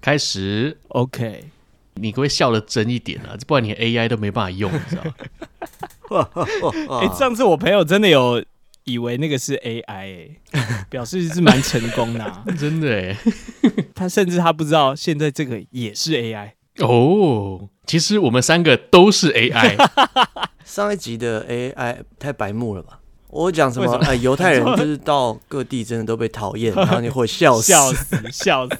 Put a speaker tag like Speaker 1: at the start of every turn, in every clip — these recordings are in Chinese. Speaker 1: 开始，
Speaker 2: OK，
Speaker 1: 你可不可以笑的真一点啊？不然你 AI 都没办法用，你知 道吗？
Speaker 2: 哎、上次我朋友真的有以为那个是 AI，、欸、 表示是蛮成功的、啊。
Speaker 1: 真的哎。
Speaker 2: 他甚至他不知道现在这个也是 AI。
Speaker 1: 哦，其实我们三个都是 AI，
Speaker 3: 上一集的 AI 太白目了吧？我讲什么？哎，犹太 人就是到各地真的都被讨厌，然后你会笑死。
Speaker 2: 笑死，笑死！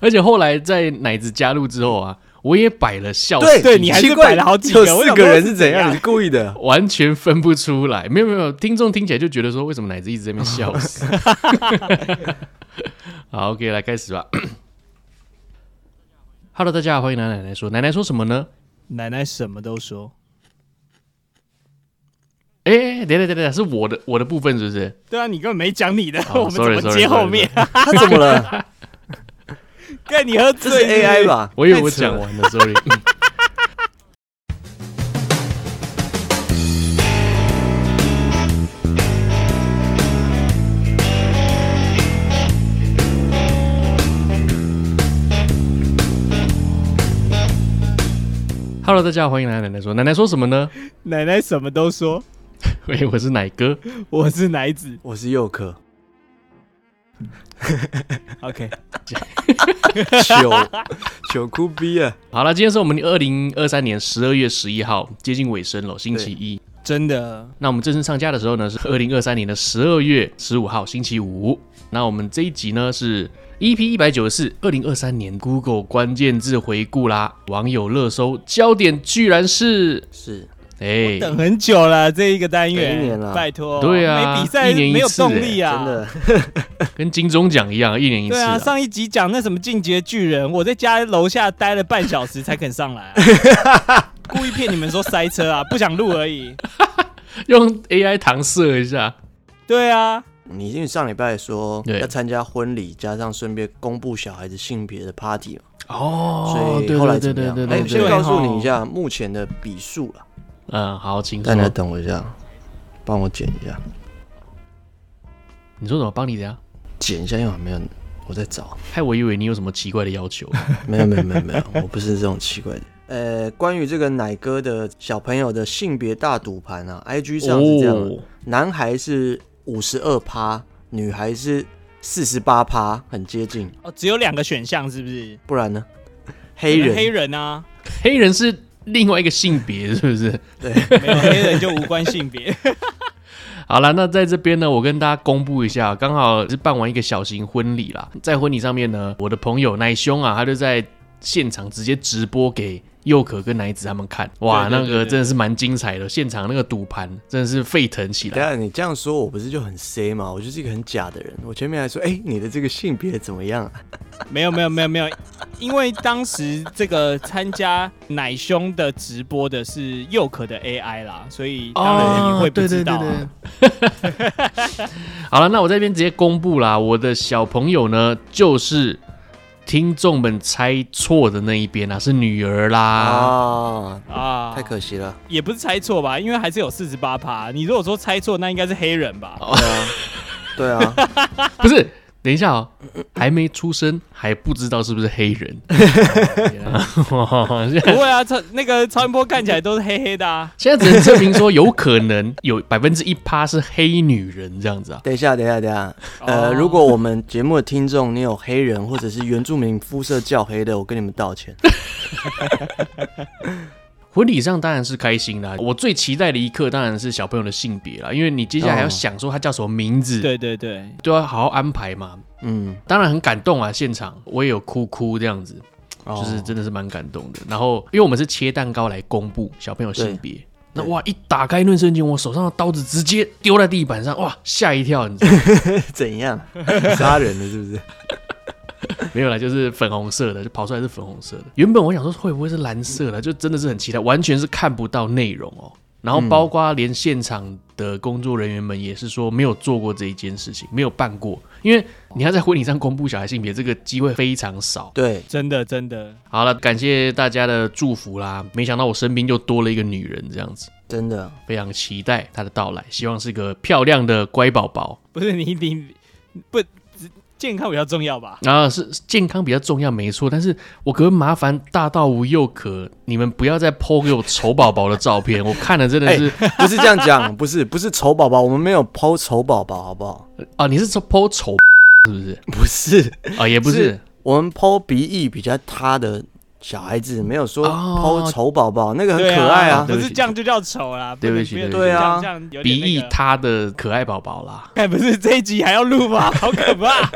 Speaker 1: 而且后来在奶子加入之后啊，我也摆了笑死，
Speaker 3: 对
Speaker 2: 对你还是
Speaker 3: 奇怪
Speaker 2: 摆了好几个
Speaker 3: 有
Speaker 2: 我
Speaker 3: 四
Speaker 2: 想
Speaker 3: 个
Speaker 2: 说
Speaker 3: 人
Speaker 2: 是
Speaker 3: 是怎
Speaker 2: 怎样
Speaker 3: 样？你是故 意的？
Speaker 1: 完全分不出来。没有没有，听众听起来就觉得说，为什么奶子一直在那边 笑死？好，OK，来开始吧。Hello，大家好，欢迎奶奶奶说。奶奶说什么呢？
Speaker 2: 奶奶什么都说。
Speaker 1: 哎、欸，等等等等，是我的我的部分是不是？
Speaker 2: 对啊，你根本没讲你的，
Speaker 1: 哦
Speaker 2: 我们怎
Speaker 1: sorry，
Speaker 2: 么
Speaker 1: sorry，
Speaker 2: 接
Speaker 1: sorry，
Speaker 2: 后面？
Speaker 3: 他怎 么了？
Speaker 2: 跟你喝
Speaker 3: 这是
Speaker 2: 醉
Speaker 3: AI？吧？
Speaker 1: 我以为我
Speaker 3: 太扯
Speaker 1: 讲
Speaker 3: 了
Speaker 1: 完了，sorry。嗯哈喽，大家好，欢迎来到奶奶说。奶奶说什么呢？
Speaker 2: 奶奶什么都说。
Speaker 1: 喂，我是奶哥。
Speaker 2: 我是奶子。
Speaker 3: 我是 佑科，
Speaker 2: OK，
Speaker 3: 糗糗哭逼啊！
Speaker 1: 好了，今天是我们二零二三年十二月十一号，接近尾声了，星期一。
Speaker 2: 真的
Speaker 1: 那我们正式上架的时候呢，是二零二三年的十二月十五号星期五。那我们这一集呢是 EP 一百九十四，二零二三年 Google 关键字回顾啦。网友热搜焦点居然是
Speaker 3: 是
Speaker 1: 哎，
Speaker 2: 等很久了，这一个单元，
Speaker 3: 等一年了
Speaker 2: 拜托，
Speaker 1: 对啊
Speaker 2: 没比赛
Speaker 1: 一年一次
Speaker 2: 没有动力啊，
Speaker 3: 真。的，
Speaker 1: 跟金钟奖一样，一年一次
Speaker 2: 对啊，
Speaker 1: 啊。
Speaker 2: 上一集讲那什么进阶巨人，我在家楼下待了半小时才肯上来、啊，故意骗你们说塞车啊，不想录而已。
Speaker 1: 用 AI 搪塞一下，
Speaker 2: 对啊，
Speaker 3: 你因为上礼拜说
Speaker 1: 对
Speaker 3: 要参加婚礼，加上顺便公布小孩子性别的 party 嘛，
Speaker 1: 哦
Speaker 3: 所，
Speaker 1: 对
Speaker 3: 以后来
Speaker 1: 对
Speaker 3: 怎
Speaker 1: 对
Speaker 3: 么
Speaker 1: 对
Speaker 3: 样？
Speaker 1: 对
Speaker 3: 哎
Speaker 1: 对
Speaker 2: 对哦
Speaker 3: 先
Speaker 1: 对，
Speaker 3: 告诉你一下目前的比数啊了。
Speaker 1: 嗯，好，请
Speaker 3: 大家
Speaker 1: 说。
Speaker 3: 等我一下，帮我剪一下，
Speaker 1: 你说什么？帮你怎样？
Speaker 3: 剪一下，因为我还没有，我在找。
Speaker 1: 害我以为你有什么奇怪的要求。
Speaker 3: 没有没有没有没有，我不是这种奇怪的。 呃，关于这个奶哥的小朋友的性别大赌盘啊，IG 上是这样的，
Speaker 1: 哦，
Speaker 3: 男孩是五十二趴，女孩是四十八趴，很接近。
Speaker 2: 哦，只有两个选项是不是？
Speaker 3: 不然呢？ 黑
Speaker 2: 可能黑
Speaker 3: 人
Speaker 2: 人啊，
Speaker 1: 黑人是另外一个性别，是不是？
Speaker 2: 没有黑人就无关性别。
Speaker 1: 好了，那在这边呢，我跟大家公布一下，刚好是办完一个小型婚礼啦。在婚礼上面呢，我的朋友奶兄啊，他就在现场直接直播给佑可跟奶子他们看，哇，
Speaker 2: 对对对
Speaker 1: 那个
Speaker 2: 对
Speaker 1: 真的是蛮精彩的，现场那个赌盘真的是沸腾起
Speaker 3: 等
Speaker 1: 来。
Speaker 3: 下你这样说，我不是就很 C 吗？我就是一个很假的人。我前面还说，哎、你的这个性别怎么样、啊？
Speaker 2: 没有没有没有没有，因为当时这个参加奶兄的直播的是佑可的 AI 啦，所以当然你会不知道、啊
Speaker 1: 哦对对哦对对 好了，那我这边直接公布啦，我的小朋友呢，就是听众们猜错的那一边啊，是女儿
Speaker 2: 哦
Speaker 1: 啦。
Speaker 3: 啊，
Speaker 2: 啊，
Speaker 3: 太可惜了。
Speaker 2: 也不是猜错吧，因为还是有四十八趴。你如果说猜错，那应该是黑人吧？
Speaker 1: 哦
Speaker 3: 对啊，对啊，
Speaker 1: 不是，等一下哦，还没出生还不知道是不是黑 人。 哇现
Speaker 2: 不
Speaker 1: 在
Speaker 2: 会啊，超那个超音波看起来都是黑黑的啊。
Speaker 1: 现在只能证明说，有可能有百分之一趴是黑女人这样子啊。
Speaker 3: 等一下，等一下，等一下。呃，
Speaker 2: 哦
Speaker 3: 如果我们节目的听众你有黑人或者是原住民肤色较黑的，我跟你们道歉。
Speaker 1: 婚礼上当然是开心啦，我最期待的一刻当然是小朋友的性别啦，因为你接下来还要
Speaker 3: 哦
Speaker 1: 想说他叫什么名字，
Speaker 2: 对对对，
Speaker 1: 都要好好安排嘛。
Speaker 3: 嗯，
Speaker 1: 当然很感动啊，现场我也有哭哭这样子，
Speaker 3: 哦
Speaker 1: 就是真的是蛮感动的。然后因为我们是切蛋糕来公布小朋友性别，那哇一打开那瞬间，我手上的刀子直接丢在地板上，哇吓一跳，你知道吗
Speaker 3: 怎样 杀人了是不是？
Speaker 1: 没有啦，就是粉红色的，就跑出来是粉红色的。原本我想说会不会是蓝色的，就真的是很期待，完全是看不到内容哦。然后包括连现场的工作人员们也是说没有做过这一件事情，没有办过，因为你要在婚礼上公布小孩性别，这个机会非常少。
Speaker 3: 对，
Speaker 2: 真的真的，
Speaker 1: 好了，感谢大家的祝福啦！没想到我身边又多了一个女人，这样子
Speaker 3: 真的
Speaker 1: 非常期待她的到来，希望是个漂亮的乖宝宝。
Speaker 2: 不是你你不只健康比较重要吧？
Speaker 1: 啊，是健康比较重要，没错。但是我可不可以麻烦大道无又可，你们不要再 PO 给我丑宝宝的照 片，我看了真的是、
Speaker 3: 不是这样讲，不是不是丑宝宝，我们没有剖丑宝宝，好不好？
Speaker 1: 啊，你是说 PO 丑是不是？
Speaker 3: 不是，
Speaker 1: 啊，也不是，
Speaker 3: 是我们剖鼻翼比较塌的小孩子，没有说
Speaker 1: 哦
Speaker 3: 剖丑宝宝，那个很
Speaker 2: 对
Speaker 3: 可爱
Speaker 1: 啊
Speaker 3: 啊。
Speaker 2: 不
Speaker 1: 对不
Speaker 2: 是
Speaker 1: 起
Speaker 2: 这样就叫丑啦。
Speaker 1: 对不起
Speaker 2: 能
Speaker 1: 对不
Speaker 2: 能这
Speaker 3: 起
Speaker 2: 样
Speaker 3: 对啊
Speaker 2: 这样有点
Speaker 1: 鼻翼
Speaker 2: 那个
Speaker 1: 他的可爱宝宝啦。
Speaker 2: 哎，不是这一集还要 录吗？好可怕！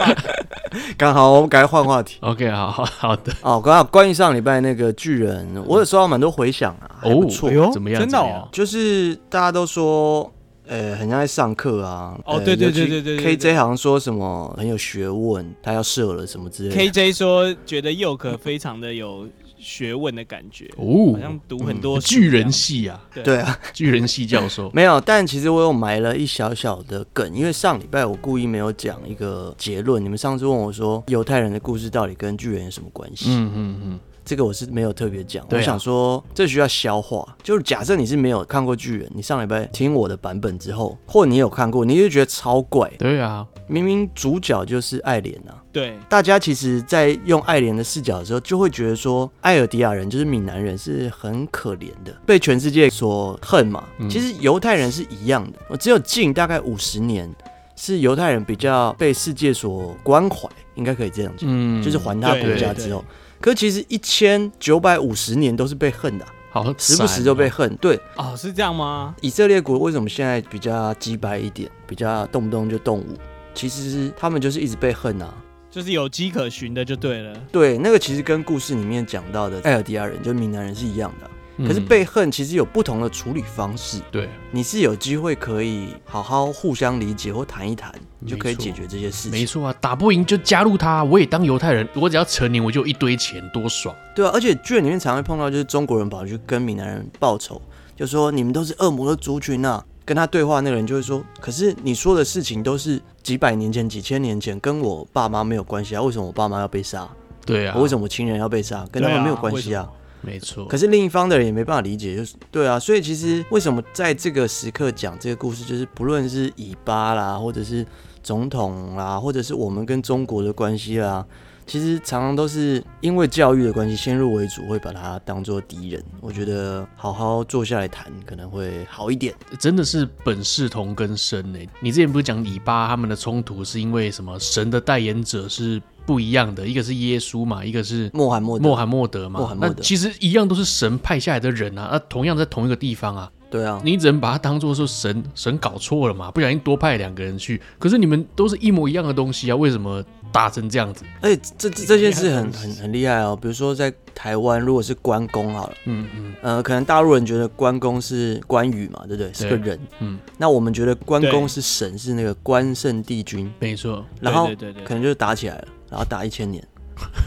Speaker 3: 刚好我们赶快换话题
Speaker 1: OK，好好好的，
Speaker 3: 哦。刚好关于上礼拜那个巨人，我有收到蛮多回响啊，还
Speaker 1: 哦
Speaker 3: 不，错
Speaker 2: 哎。呦
Speaker 1: 怎么样？
Speaker 2: 真的
Speaker 1: 怎么
Speaker 2: 哦
Speaker 1: 样
Speaker 3: 就是大家都说，呃，很像在上课啊。
Speaker 2: 哦
Speaker 3: 呃
Speaker 2: 对对
Speaker 3: 尤其
Speaker 2: 对对对对对
Speaker 3: ，KJ 好像说什么很有学问，他要射了什么之类的。
Speaker 2: KJ 说觉得佑可非常的有学问的感觉，好像
Speaker 1: 哦，
Speaker 2: 读很多书
Speaker 1: 巨
Speaker 2: 这
Speaker 1: 人
Speaker 2: 样
Speaker 1: 系啊，
Speaker 3: 对啊，
Speaker 1: 巨人系教授，
Speaker 3: 没有，但其实我有埋了一小小的梗，因为上礼拜我故意没有讲一个结论。你们上次问我说犹太人的故事到底跟巨人有什么关系？
Speaker 1: 嗯嗯嗯，
Speaker 3: 这个我是没有特别讲，
Speaker 1: 对啊
Speaker 3: 我想说这需要消化。就是假设你是没有看过巨人，你上礼拜听我的版本之后，或你有看过，你就觉得超怪，
Speaker 1: 对啊，
Speaker 3: 明明主角就是爱莲啊。
Speaker 2: 对，
Speaker 3: 大家其实，在用爱莲的视角的时候，就会觉得说，艾尔迪亚人就是闽南人是很可怜的，被全世界所恨嘛。
Speaker 1: 嗯
Speaker 3: 其实犹太人是一样的，呃只有近大概五十年，是犹太人比较被世界所关怀，应该可以这样讲，
Speaker 1: 嗯，
Speaker 3: 就是还他国家
Speaker 2: 对对
Speaker 3: 之后。可其实一千九百五十年都是被恨的啊、
Speaker 1: 好闪哦，
Speaker 3: 时不时就被恨。对，
Speaker 2: 哦，是这样吗？
Speaker 3: 以色列国为什么现在比较鸡掰一点，比较动不动就动武？其实是他们就是一直被恨啊。
Speaker 2: 就是有迹可循的就对了。
Speaker 3: 对，那个其实跟故事里面讲到的艾尔迪亚人，就是闽南人是一样的。
Speaker 1: 嗯，
Speaker 3: 可是被恨其实有不同的处理方式，
Speaker 1: 对，
Speaker 3: 你是有机会可以好好互相理解或谈一谈，
Speaker 1: 没
Speaker 3: 就可以
Speaker 1: 错
Speaker 3: 解决这些事
Speaker 1: 没
Speaker 3: 情。
Speaker 1: 错啊，打不赢就加入他，我也当犹太人，我只要成年我就有一堆钱，多爽！
Speaker 3: 对啊，而且剧里面常会碰到，就是中国人跑去跟闽南人报仇，就说你们都是恶魔的族群啊。跟他对话那个人就会说，可是你说的事情都是几百年前、几千年前，跟我爸妈没有关系啊。为什么我爸妈要被杀？
Speaker 1: 对啊，
Speaker 3: 我为什么我亲人要被杀？跟他
Speaker 2: 对
Speaker 3: 们
Speaker 2: 啊
Speaker 3: 没有关系啊。
Speaker 1: 没错，
Speaker 3: 可是另一方的人也没办法理解，就是对啊，所以其实为什么在这个时刻讲这个故事，就是不论是以巴啦，或者是总统啦，或者是我们跟中国的关系啦，其实常常都是因为教育的关系，先入为主会把它当做敌人。我觉得好好坐下来谈可能会好一点。
Speaker 1: 真的是本是同根生呢、欸你之前不是讲以巴他们的冲突是因为什么？神的代言者是不一样的，一个是耶稣嘛，一个是
Speaker 3: 穆罕默德，
Speaker 1: 穆罕默德嘛。
Speaker 3: 穆罕默德
Speaker 1: 那其实一样都是神派下来的人啊，那、同样在同一个地方啊，
Speaker 3: 对啊，
Speaker 1: 你只能把它当做说神神搞错了嘛，不小心多派两个人去，可是你们都是一模一样的东西啊，为什么打成这样子？
Speaker 3: 而且哎这这这件事很很很厉害哦。比如说在台湾，如果是关公好了。
Speaker 1: 嗯嗯
Speaker 3: 呃，可能大陆人觉得关公是关羽嘛，对不对？是个人。
Speaker 1: 嗯，
Speaker 3: 那我们觉得关
Speaker 2: 对
Speaker 3: 公是神，是那个关圣帝君，
Speaker 1: 没错，
Speaker 3: 然后
Speaker 2: 对对对
Speaker 3: 可
Speaker 2: 对，
Speaker 3: 能就打起来了，然后打一 千年，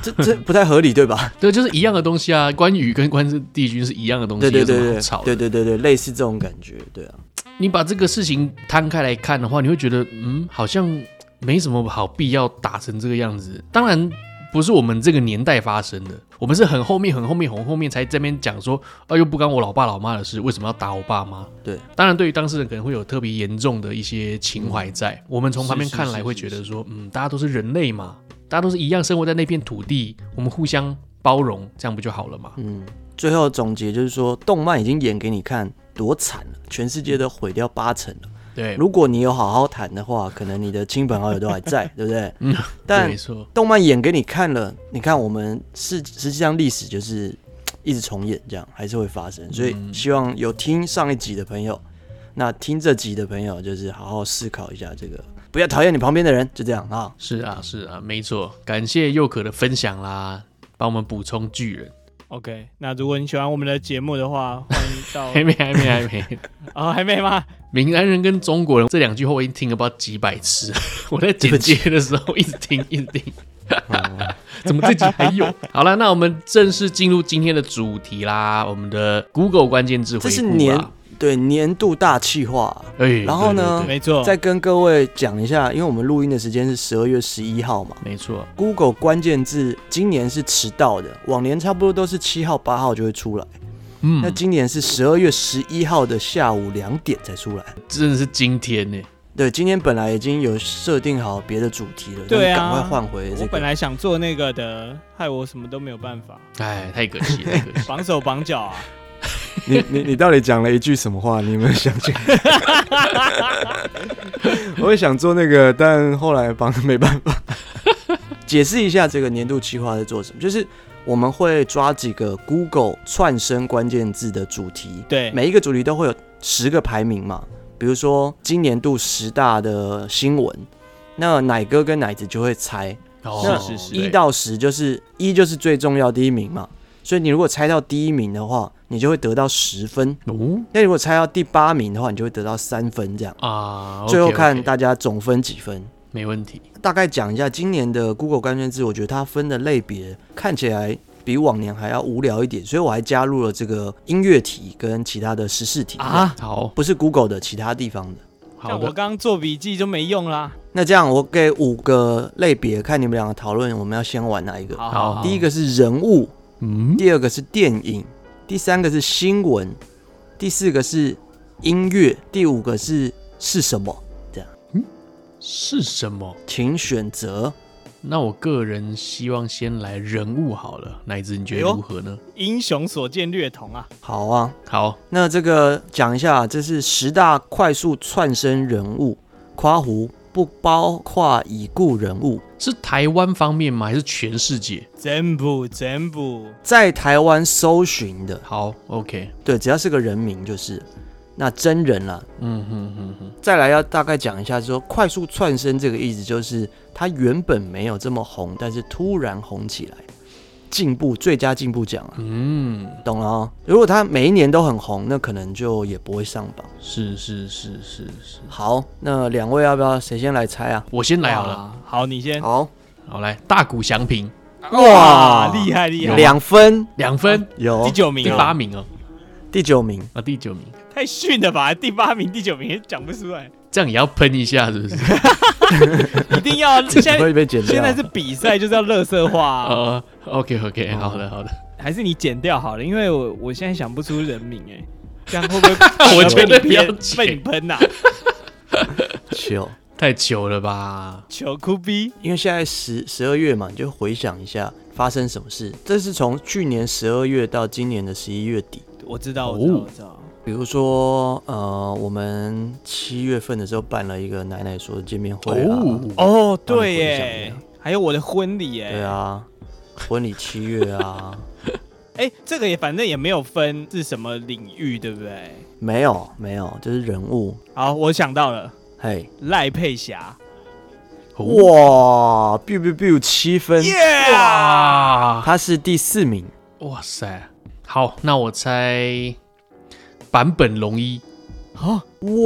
Speaker 3: 这这不太合理，对吧？
Speaker 1: 对，就是一样的东西啊。关羽跟关帝君是一样的东西，
Speaker 3: 对对
Speaker 1: 有什
Speaker 3: 对
Speaker 1: 么
Speaker 3: 对
Speaker 1: 好吵的？
Speaker 3: 对对对对，类似这种感觉，对啊，
Speaker 1: 你把这个事情摊开来看的话，你会觉得，嗯，好像没什么好必要打成这个样子。当然，不是我们这个年代发生的，我们是很后面、很后面、很后面才这边讲说，啊，又不干我老爸老妈的事，为什么要打我爸妈？
Speaker 3: 对，
Speaker 1: 当然，对于当事人可能会有特别严重的一些情怀在。我们从旁边
Speaker 2: 是是
Speaker 1: 看来
Speaker 2: 是
Speaker 1: 会
Speaker 2: 是
Speaker 1: 觉得说，嗯，大家都是人类嘛，大家都是一样生活在那片土地，我们互相包容，这样不就好了嘛？
Speaker 3: 嗯。最后总结就是说，动漫已经演给你看，多惨了，全世界都毁掉八成了。
Speaker 1: 对，
Speaker 3: 如果你有好好谈的话，可能你的亲朋好友都 还在，对不对？
Speaker 1: 嗯，
Speaker 3: 但
Speaker 1: 没错，
Speaker 3: 动漫演给你看了，你看我们是实际上历史就是一直重演，这样还是会发生，所以
Speaker 1: 嗯
Speaker 3: 希望有听上一集的朋友，那听这集的朋友就是好好思考一下这个，不要讨厌你旁边的人，就这样啊。
Speaker 1: 是啊，是啊，没错。感谢佑可的分享啦，帮我们补充巨人。
Speaker 2: OK，那如果你喜欢我们的节目的话，欢迎到
Speaker 3: 哦
Speaker 1: 还没，还没，还 没。
Speaker 2: 哦，还没吗？
Speaker 1: 闽南人跟中国人这两句话我已经听了不知道几百次，我在剪接的时候一直 听，一直听。
Speaker 3: 哦
Speaker 1: 怎么这集还有？好了，那我们正式进入今天的主题啦，我们的 Google 关键字回顾啊
Speaker 3: 这是年对年度大气化，
Speaker 1: 哎，
Speaker 3: 然后呢
Speaker 1: 对对
Speaker 2: 没错，
Speaker 3: 再跟各位讲一下，因为我们录音的时间是十二月十一号嘛
Speaker 1: 对没错，
Speaker 3: ，Google 关键字今年是迟到的，往年差不多都是七号八号就会出来，那
Speaker 1: 嗯，
Speaker 3: 今年是十二月十一号的下午两点才出来。
Speaker 1: 真的是今天呢、
Speaker 3: 对，今天本来已经有设定好别的主题了，
Speaker 2: 对啊
Speaker 3: 但赶快换回这
Speaker 2: 我本
Speaker 3: 个。
Speaker 2: 来想做那个的，害我什么都没有办法，
Speaker 1: 哎，太可惜了，太 可惜了。
Speaker 2: 绑手绑脚啊！
Speaker 3: 你你你到底讲了一句什么话？你有没有想 起来？我也想做那个，但后来帮没办法。解释一下这个年度计划在做什么，就是我们会抓几个 Google 串声关键字的主题，
Speaker 2: 对，
Speaker 3: 每一个主题都会有十个排名嘛，比如说今年度十大的新闻，那奶哥跟奶子就会猜
Speaker 1: 哦
Speaker 2: 是是是
Speaker 1: 对
Speaker 3: 一到十，就是一就是最重要第一名嘛，所以你如果猜到第一名的话，你就会得到十分；
Speaker 1: 哦
Speaker 3: 那如果猜到第八名的话，你就会得到三分，这样
Speaker 1: 啊，
Speaker 3: 最后
Speaker 1: OK，OK，
Speaker 3: 看大家总分几分。
Speaker 1: 没问题。
Speaker 3: 大概讲一下今年的 Google 关键字，我觉得它分的类别看起来比往年还要无聊一点，所以我还加入了这个音乐题跟其他的时事题
Speaker 2: 啊
Speaker 1: 好
Speaker 3: 不是 Google 的，其他地方的。
Speaker 1: 好
Speaker 2: 像我
Speaker 1: 的，
Speaker 2: 刚刚做笔记就没用啦。
Speaker 3: 那这样，我给五个类别，看你们两个讨论，我们要先玩哪一个？
Speaker 2: 好
Speaker 1: 好
Speaker 2: 好，
Speaker 3: 第一个是人物，
Speaker 1: 嗯，
Speaker 3: 第二个是电影，第三个是新闻，第四个是音乐，第五个是是什么？
Speaker 1: 是什么？
Speaker 3: 请选择。
Speaker 1: 那我个人希望先来人物好了，乃至你觉得
Speaker 2: 哎呦
Speaker 1: 如何呢？
Speaker 2: 英雄所见略同啊，
Speaker 3: 好啊，
Speaker 1: 好，
Speaker 3: 那这个讲一下，这是十大快速窜升人物，夸胡不包括已故人物，
Speaker 1: 是台湾方面吗？还是全世界？
Speaker 2: 真不真不，
Speaker 3: 在台湾搜寻的，
Speaker 1: 好，OK，
Speaker 3: 对，只要是个人名就是了。那真人啊啦、
Speaker 1: 嗯哼哼哼，
Speaker 3: 再来要大概讲一下说快速窜升这个意思，就是他原本没有这么红，但是突然红起来，进步最佳进步奖啊，
Speaker 1: 嗯，
Speaker 3: 懂了哦。如果他每一年都很红，那可能就也不会上榜。
Speaker 1: 是是是是是，
Speaker 3: 好，那两位要不要谁先来猜啊？
Speaker 1: 我先来好了，
Speaker 2: 哇，好，你先，
Speaker 3: 好，
Speaker 1: 好来，大谷翔平
Speaker 3: 哇
Speaker 2: 厉害厉害，
Speaker 3: 两分，
Speaker 1: 两分，
Speaker 3: 有
Speaker 2: 第九
Speaker 1: 第
Speaker 2: 名啊，
Speaker 1: 八名哦，
Speaker 3: 第九名，
Speaker 1: 啊，第九名，
Speaker 2: 太逊了吧？第八名、第九名也讲不出来，
Speaker 1: 这样也要喷一下是不是？
Speaker 2: 一 定要现在
Speaker 3: 会被剪掉。
Speaker 2: 现在是比赛，就是要乐色化 啊，
Speaker 1: 呃，OK OK，
Speaker 3: 哦
Speaker 1: 好的好的，
Speaker 2: 还是你剪掉好了，因为我我现在想不出人名哎，这样会不 会
Speaker 1: 我觉得
Speaker 2: 被
Speaker 1: 不
Speaker 2: 你
Speaker 1: 要
Speaker 2: 喷
Speaker 1: 剪
Speaker 2: 被你喷啊呐？
Speaker 3: 球，
Speaker 1: 太糗了吧？
Speaker 2: 求哭逼，
Speaker 3: 哦因为现在十十二月嘛，你就回想一下发生什么事。这是从去年十二月到今年的十一月底。
Speaker 2: 我知道，我知道，
Speaker 1: 哦
Speaker 2: 我知道。
Speaker 3: 比如说，呃，我们七月份的时候办了一个奶奶说的见面会啊，
Speaker 1: 哦，
Speaker 2: 哦，对
Speaker 3: 帮你回想一
Speaker 2: 耶
Speaker 3: 下，
Speaker 2: 还有我的婚礼耶。
Speaker 3: 对，啊，婚礼七月啊，
Speaker 2: 哎，这个也反正也没有分是什么领域，对不对？
Speaker 3: 没有没有，就是人物，
Speaker 2: 好，我想到了
Speaker 3: 嘿，
Speaker 2: 赖佩霞，
Speaker 1: 哦
Speaker 3: 哇，biu biu biu 七分，
Speaker 2: 耶！
Speaker 1: 哇
Speaker 3: 他是第四名，
Speaker 1: 哇塞，好，那我猜坂本龙一
Speaker 2: 哦，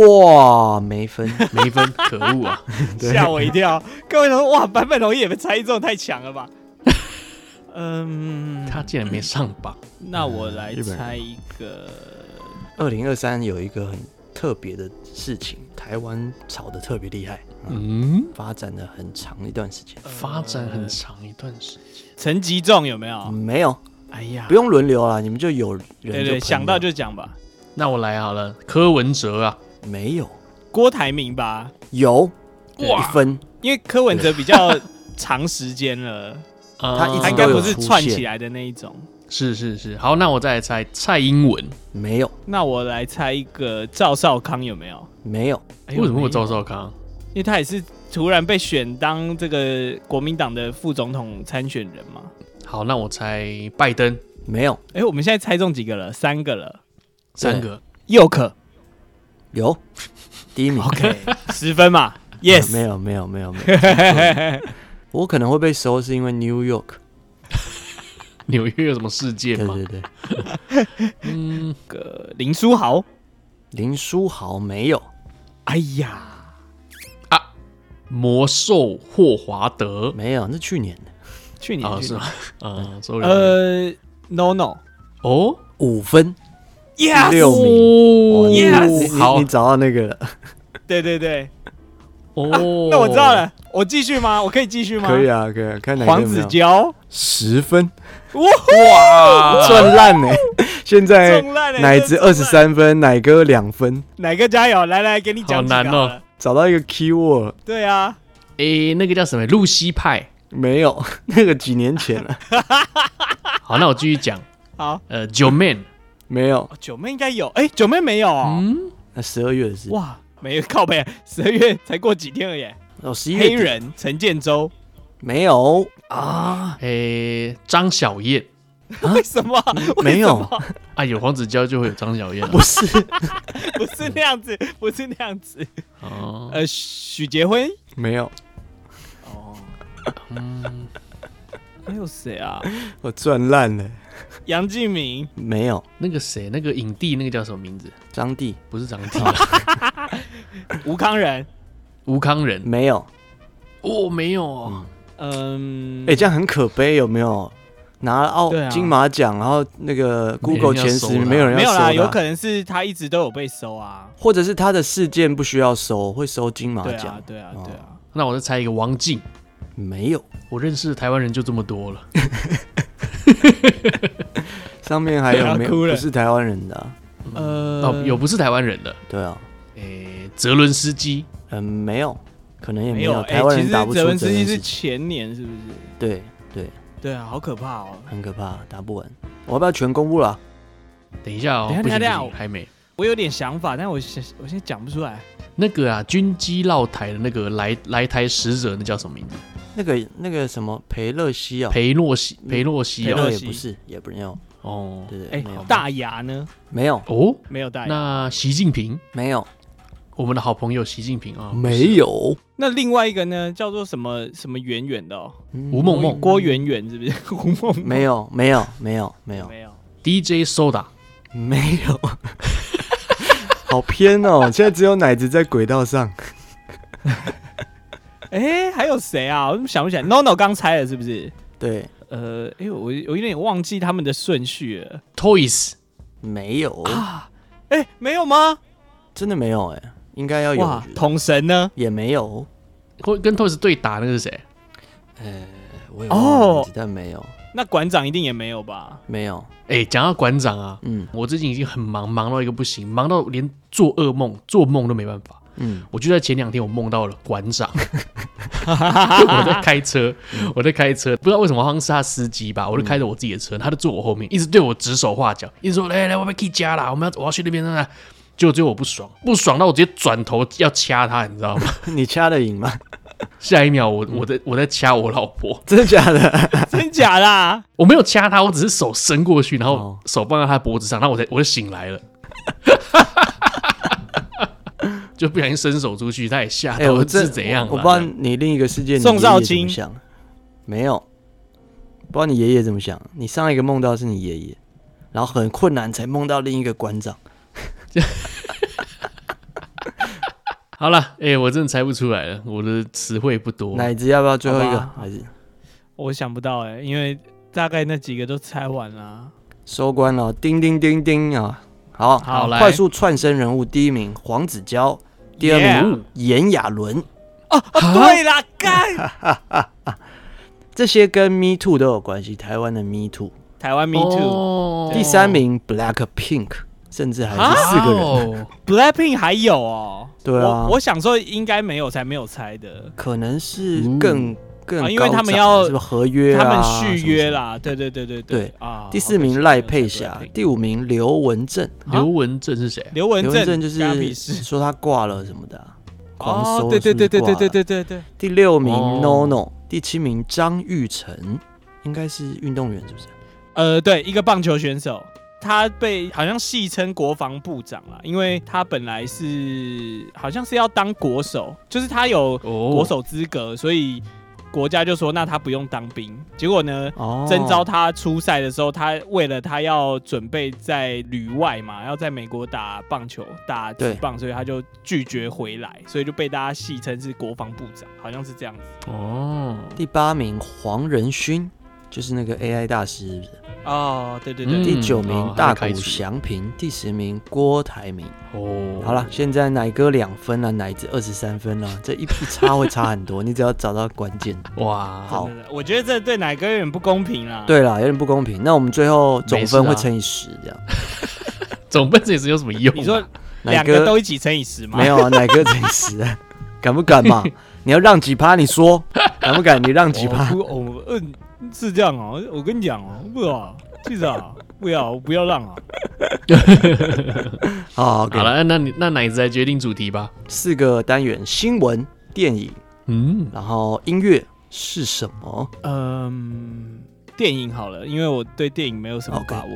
Speaker 3: 哇，没分，
Speaker 1: 没分，可恶 啊！
Speaker 3: 对
Speaker 2: 吓我一跳！各位同学，哇，版本容易也被猜中，太强了 吧？嗯，
Speaker 1: 他竟然没上榜，
Speaker 2: 那我来
Speaker 3: 日本人
Speaker 2: 猜一
Speaker 3: 嗯
Speaker 2: 个，
Speaker 3: 二零二三有一个很特别的事情，台湾炒的特别厉害，嗯，
Speaker 1: 嗯，
Speaker 3: 发展了很长一段时间，
Speaker 1: 发展很长一段时间，
Speaker 2: 陈吉仲有没有？
Speaker 3: 没有，
Speaker 2: 哎呀
Speaker 3: 不，用轮流啦，你们就嗯有人就
Speaker 2: 对对，
Speaker 3: 喷
Speaker 2: 想到
Speaker 3: 了
Speaker 2: 就讲吧。
Speaker 1: 那我来好了，柯文哲啊，
Speaker 3: 没有，
Speaker 2: 郭台铭吧，
Speaker 3: 有
Speaker 1: 哇
Speaker 3: 一分。
Speaker 2: 因为柯文哲比较长时间了，
Speaker 1: 啊
Speaker 3: 他一
Speaker 2: 他应
Speaker 3: 直都
Speaker 2: 该
Speaker 3: 有
Speaker 2: 不是
Speaker 3: 出
Speaker 2: 串
Speaker 3: 现
Speaker 2: 起来的那一种。
Speaker 1: 是是是，好，那我再来猜蔡英文，
Speaker 3: 没有，
Speaker 2: 那我来猜一个赵少康有没有？
Speaker 3: 没有，
Speaker 2: 哎
Speaker 1: 为什么啊
Speaker 2: 没
Speaker 1: 会
Speaker 2: 有
Speaker 1: 有赵少康？
Speaker 2: 因为他也是突然被选当这个国民党的副总统参选人嘛。
Speaker 1: 好，那我猜拜登
Speaker 3: 没有，
Speaker 2: 哎、我们现在猜中几个了？三个了。
Speaker 1: 三个，
Speaker 2: 又可
Speaker 3: 有 第一名。
Speaker 2: OK，十分嘛？Yes，
Speaker 3: 没有，没有，没有，没有。 我可能会被收，是因为 New York。
Speaker 1: 纽约有什么事
Speaker 3: 对
Speaker 1: 件吗？
Speaker 3: 对对，
Speaker 1: 嗯，
Speaker 2: 个林书豪。
Speaker 3: 林书豪没有，
Speaker 2: 哎呀，
Speaker 1: 魔兽霍华德
Speaker 3: 没有，那去年的
Speaker 2: 去年、
Speaker 3: 哦
Speaker 1: 啊，
Speaker 2: 去
Speaker 1: 是
Speaker 2: 年
Speaker 1: 吗？啊，sorry，
Speaker 2: 呃，No No，
Speaker 1: 哦，
Speaker 3: 五分。
Speaker 2: Yes，
Speaker 3: 六名
Speaker 2: 哦
Speaker 3: 哇你
Speaker 2: Yes
Speaker 3: 你
Speaker 1: 好
Speaker 3: 你找到那个了，
Speaker 2: 对对对，
Speaker 1: 哦，
Speaker 2: 那我知道，了，我继续吗？我可以继续吗？
Speaker 3: 可以啊，可以啊，看哪个
Speaker 2: 黄
Speaker 3: 有没
Speaker 2: 子
Speaker 3: 有
Speaker 2: 佼，
Speaker 3: 十分，
Speaker 2: 哇，
Speaker 3: 赚烂呢。 现在
Speaker 2: 啊中烂了！欸
Speaker 3: 奶子
Speaker 2: 真的
Speaker 3: 二
Speaker 2: 中
Speaker 3: 十
Speaker 2: 烂，
Speaker 3: 三分，奶哥两分，
Speaker 2: 奶哥加油！来来，给你讲
Speaker 1: 好难哦
Speaker 2: 几个好了。
Speaker 3: 找到一个 keyword
Speaker 2: 对啊，
Speaker 1: 诶、那个叫什么？露西派。
Speaker 3: 没有， 那个几年前啊了，
Speaker 1: 好，那我继续讲。
Speaker 2: 好，
Speaker 1: 呃，九 man，
Speaker 3: 没有，
Speaker 2: 哦九妹应该有，哎，九妹没有哦，
Speaker 1: 嗯，
Speaker 3: 那十二月的事，
Speaker 2: 哇，没有靠背，十二月才过几天而已。
Speaker 3: 哦，十一月
Speaker 2: 黑
Speaker 3: 底
Speaker 2: 人陈建州，
Speaker 3: 没有啊，
Speaker 1: 诶、张小燕
Speaker 2: 为什么？为
Speaker 3: 嗯没有
Speaker 2: 什 么，
Speaker 1: 啊，有黄子佼就会有张小燕、啊
Speaker 3: 不。是，
Speaker 2: 不是那样子，不是那样子。
Speaker 1: 哦，
Speaker 2: 呃，许杰辉，
Speaker 3: 没有，
Speaker 2: 哦，
Speaker 1: 嗯，
Speaker 2: 还有谁啊？
Speaker 3: 我赚烂了，
Speaker 2: 杨敬明，
Speaker 3: 没有，
Speaker 1: 那个谁，那个影帝，那个叫什么名字？
Speaker 3: 张帝
Speaker 1: 不是张 帝啊，
Speaker 2: 吴康仁，
Speaker 1: 吴康仁。
Speaker 3: 没有，
Speaker 1: 哦，没有哦，
Speaker 2: 嗯，
Speaker 3: 哎、这样很可悲，有没有？拿了奥、
Speaker 2: 对啊
Speaker 3: 金马奖，然后那个
Speaker 1: 没人
Speaker 3: Google
Speaker 1: 要
Speaker 3: 前
Speaker 1: 收
Speaker 3: 十，
Speaker 1: 的
Speaker 3: 没有人
Speaker 2: 没
Speaker 3: 要
Speaker 2: 有
Speaker 3: 收的啊、
Speaker 2: 啦，有可能是他一直都有被收啊。
Speaker 3: 或者是他的事件不需要收，会收金马
Speaker 2: 对
Speaker 3: 奖
Speaker 2: 啊，、对
Speaker 3: 哦
Speaker 2: 啊，对啊。
Speaker 1: 那我再猜一个王静。
Speaker 3: 没有，
Speaker 1: 我认识的台湾人就这么多了。
Speaker 3: 上面还
Speaker 2: 不
Speaker 3: 有
Speaker 2: 要
Speaker 3: 没有
Speaker 2: 哭了
Speaker 3: 不是台湾人的啊、
Speaker 2: 呃，
Speaker 1: 哦，有不是台湾人的，
Speaker 3: 对啊，
Speaker 1: 诶、泽伦斯基，
Speaker 3: 嗯、没有，可能也
Speaker 2: 没
Speaker 3: 没
Speaker 2: 有？
Speaker 3: 台
Speaker 2: 哎，
Speaker 3: 湾
Speaker 2: 其
Speaker 3: 人
Speaker 2: 实
Speaker 3: 打不出
Speaker 2: 泽文斯
Speaker 3: 这
Speaker 2: 基
Speaker 3: 件
Speaker 2: 是
Speaker 3: 事情，
Speaker 2: 前年是不是？
Speaker 3: 对对，
Speaker 2: 对啊，好可怕哦！
Speaker 3: 很可怕，打不完。我要不要全公布了啊？
Speaker 1: 等一下哦，
Speaker 2: 等一下
Speaker 1: 不行
Speaker 2: 等一下
Speaker 1: 不
Speaker 2: 我
Speaker 1: 行，还没。
Speaker 2: 我有点想法，但我现我现在讲不出来。
Speaker 1: 那个啊，军机绕台的那个来来台使者，那叫什么名字？
Speaker 3: 那个那个什么裴乐西
Speaker 2: 哦
Speaker 3: 啊，
Speaker 1: 裴洛西，裴洛
Speaker 3: 裴
Speaker 1: 西
Speaker 2: 洛
Speaker 1: 哦，
Speaker 3: 乐
Speaker 2: 西
Speaker 3: 也不是，也不没有，
Speaker 1: 哦
Speaker 3: 对对
Speaker 2: 哎
Speaker 3: 没有，，
Speaker 2: 大牙呢？
Speaker 3: 没有
Speaker 1: 哦，
Speaker 2: 没有大
Speaker 3: 啊
Speaker 2: 牙。
Speaker 1: 那习近平，
Speaker 3: 没有
Speaker 1: 我们的好朋友习近平啊，
Speaker 3: 没有，
Speaker 2: 那另外一个呢，叫做什么什么圆圆的哦，
Speaker 3: 嗯
Speaker 1: 吴梦梦
Speaker 2: 郭圆圆是不 是？胡梦梦
Speaker 3: 没有没有没有没有
Speaker 2: 没有，
Speaker 1: DJ Soda，
Speaker 3: 没有， 好偏哦！现在只有奶子在轨道上，
Speaker 2: 哎，还有谁啊？我怎么想不起来？NONO 刚猜了是不是？
Speaker 3: 对，
Speaker 2: 呃，哎，我我有点忘记他们的顺序了
Speaker 1: Toys，
Speaker 3: 没有，
Speaker 2: 啊。哎，没有吗？
Speaker 3: 真的没有哎，应该要有，我
Speaker 2: 哇哦
Speaker 3: 觉，得
Speaker 2: 统神呢？
Speaker 3: 也没有，
Speaker 1: 或跟 Toys 对打那个是谁？
Speaker 3: 呃，我有
Speaker 2: 哦
Speaker 3: 哦，但没有，
Speaker 2: 那馆长一定也没有 吧？
Speaker 3: 没有，
Speaker 1: 哎，讲到馆长啊，
Speaker 3: 嗯
Speaker 1: 我最近已经很忙，忙到一个不行，忙到连做噩梦、做梦都没办法。
Speaker 3: 嗯，
Speaker 1: 我就在前两天，我梦到了馆 长，我在开车，
Speaker 3: 嗯
Speaker 1: 我在开车，不知道为什么好像是他司机吧，我就开着我自己的车，他就坐我后面，一直对我指手画脚，一直说来来，我们可以家啦，我们要我要去那边那。结果最后我不爽，不爽到我直接转头要掐他，你知道吗？
Speaker 3: 你掐得赢吗？
Speaker 1: 下一秒我
Speaker 3: 嗯
Speaker 1: 我在我在掐我老婆，
Speaker 3: 真的假的？
Speaker 2: 真假啦？
Speaker 1: 我没有掐他，我只是手伸过去，然后
Speaker 3: 哦
Speaker 1: 手放在他脖子上，然后我才我就醒来了。 就不小心伸手出去，他也吓
Speaker 3: 哎，
Speaker 1: 啊到，
Speaker 3: 我
Speaker 1: 这
Speaker 3: 这
Speaker 1: 是怎样啦？
Speaker 3: 我不知道你另一个世界你
Speaker 2: 宋
Speaker 3: 爷爷
Speaker 2: 少
Speaker 3: 怎么
Speaker 2: 卿
Speaker 3: 想，没有，不知道你爷爷怎么想。你上一个梦到是你爷爷，然后很困难才梦到另一个馆长。
Speaker 1: 好了，哎、我真的猜不出来了，我的词汇不多。
Speaker 3: 奶子要不要最后一
Speaker 2: 好
Speaker 3: 个？
Speaker 2: 吧
Speaker 3: 还是
Speaker 2: 我想不到哎，因为大概那几个都猜完啦。
Speaker 3: 收官了？叮叮叮叮啊！好，
Speaker 2: 好
Speaker 1: 来
Speaker 3: 快速串升人物，第一名黄子佼，第二名炎亚纶，
Speaker 2: 啊，对啦， 干
Speaker 3: 这些跟 Me Too 都有关系，台湾的 Me Too。
Speaker 2: 台湾 Me Too。
Speaker 1: 哦
Speaker 3: 第三名 Black Pink，甚至还是四个人，
Speaker 1: 人，
Speaker 2: Blackpink 还有哦，
Speaker 3: 对啊
Speaker 2: 我我想说应该没有才没有猜的，
Speaker 3: 可能是更
Speaker 1: 嗯
Speaker 3: 更高
Speaker 2: 啊
Speaker 3: 涨，
Speaker 2: 因为他们要
Speaker 3: 是不是合约啊
Speaker 2: 他们续约
Speaker 3: 什么什么
Speaker 2: 啦，对对对对
Speaker 3: 对
Speaker 2: 啊。
Speaker 3: 第四名
Speaker 2: 好可惜
Speaker 3: 赖佩
Speaker 2: 没有猜
Speaker 3: 霞
Speaker 2: Blackpink，
Speaker 3: 第五名刘文正，
Speaker 1: 刘文正 是谁啊？
Speaker 2: 刘文
Speaker 3: 刘
Speaker 2: 正
Speaker 3: 文正就
Speaker 2: 干他屁
Speaker 3: 是
Speaker 2: 事
Speaker 3: 说他挂了什么的啊，狂
Speaker 2: 哦
Speaker 3: 搜
Speaker 2: 对对对
Speaker 3: 是不
Speaker 2: 对
Speaker 3: 是挂
Speaker 2: 对
Speaker 3: 了
Speaker 2: 对对对对，
Speaker 3: 第六名
Speaker 1: 哦
Speaker 3: NONO，第七名张玉成，应该是运动员是不是？
Speaker 2: 呃，对，一个棒球选手，他被好像戏称国防部长啦，因为他本来是好像是要当国手，就是他有
Speaker 1: 哦
Speaker 2: 国手资格，所以国家就说那他不用当兵。结果呢，
Speaker 3: 哦
Speaker 2: 征召他出赛的时候，他为了他要准备在旅外嘛，要在美国打棒球、打
Speaker 3: 对
Speaker 2: 职棒，所以他就拒绝回来，所以就被大家戏称是国防部长，好像是这样子。
Speaker 1: 哦，
Speaker 3: 第八名黄仁勋，就是那个 AI 大师是不是？
Speaker 2: 哦，对对
Speaker 1: 对嗯
Speaker 2: 对，
Speaker 3: 第九名
Speaker 1: 哦
Speaker 3: 大
Speaker 1: 还没
Speaker 3: 谷
Speaker 1: 开除
Speaker 3: 翔平，第十名郭台铭。
Speaker 1: 哦，
Speaker 3: 好了，，现在奶哥两分了，奶子二十三 分了，这一一差会差很多，你只要找到关键。
Speaker 1: 哇，
Speaker 3: 好，
Speaker 2: 嗯我觉得这对奶哥有点不公平啦。
Speaker 3: 对啦，有点不公平。那我们最后总分
Speaker 1: 没事啊
Speaker 3: 会乘以十，这样。
Speaker 1: 总分这也是有什么用啊？
Speaker 2: 你说
Speaker 3: 奶
Speaker 2: 两个
Speaker 3: 哥
Speaker 2: 都一起乘以十吗？
Speaker 3: 没有啊，奶哥乘以十啊。 敢不 敢嘛？你要让几趴？你说敢不敢？你让几趴？
Speaker 2: 哦，不哦嗯、是这样哦。我跟你讲哦，不啊，记者啊，不要，我不要让啊。
Speaker 3: 好，OK
Speaker 1: 好了，那你那奶子来决定主题吧。
Speaker 3: 四个单元：新闻、电影，
Speaker 1: 嗯，
Speaker 3: 然后音乐是什么？
Speaker 2: 嗯，电影好了，因为我对电影没有什么
Speaker 3: OK
Speaker 2: 把握。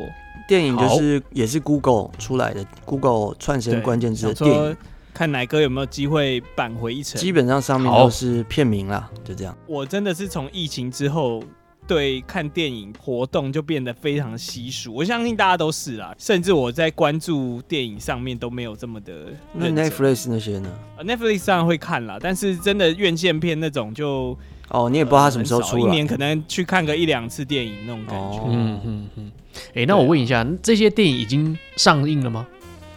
Speaker 3: 电影就是也是 Google 出来的，Google 串
Speaker 2: 对
Speaker 3: 成关键字的
Speaker 2: 想
Speaker 3: 电影
Speaker 2: 说，看奶哥有没有机会扳回一城
Speaker 3: 基。本上上面
Speaker 1: 好
Speaker 3: 都是片名啦，就这样。
Speaker 2: 我真的是从疫情之后。对看电影活动就变得非常稀疏，我相信大家都是啦，甚至我在关注电影上面都没有这么的
Speaker 3: 那
Speaker 2: 认真
Speaker 3: Netflix 那些呢？
Speaker 2: 呃 Netflix 上会看啦，但是真的院线片那种就
Speaker 3: 哦，你
Speaker 2: 也
Speaker 3: 也不知道它什么
Speaker 1: 呃
Speaker 3: 时候出
Speaker 2: 一
Speaker 3: 来
Speaker 2: 年。可能去看个一两次电影那种感觉。
Speaker 3: 哦
Speaker 1: 嗯嗯嗯。哎、那我问一下，这些电影已经上映了吗？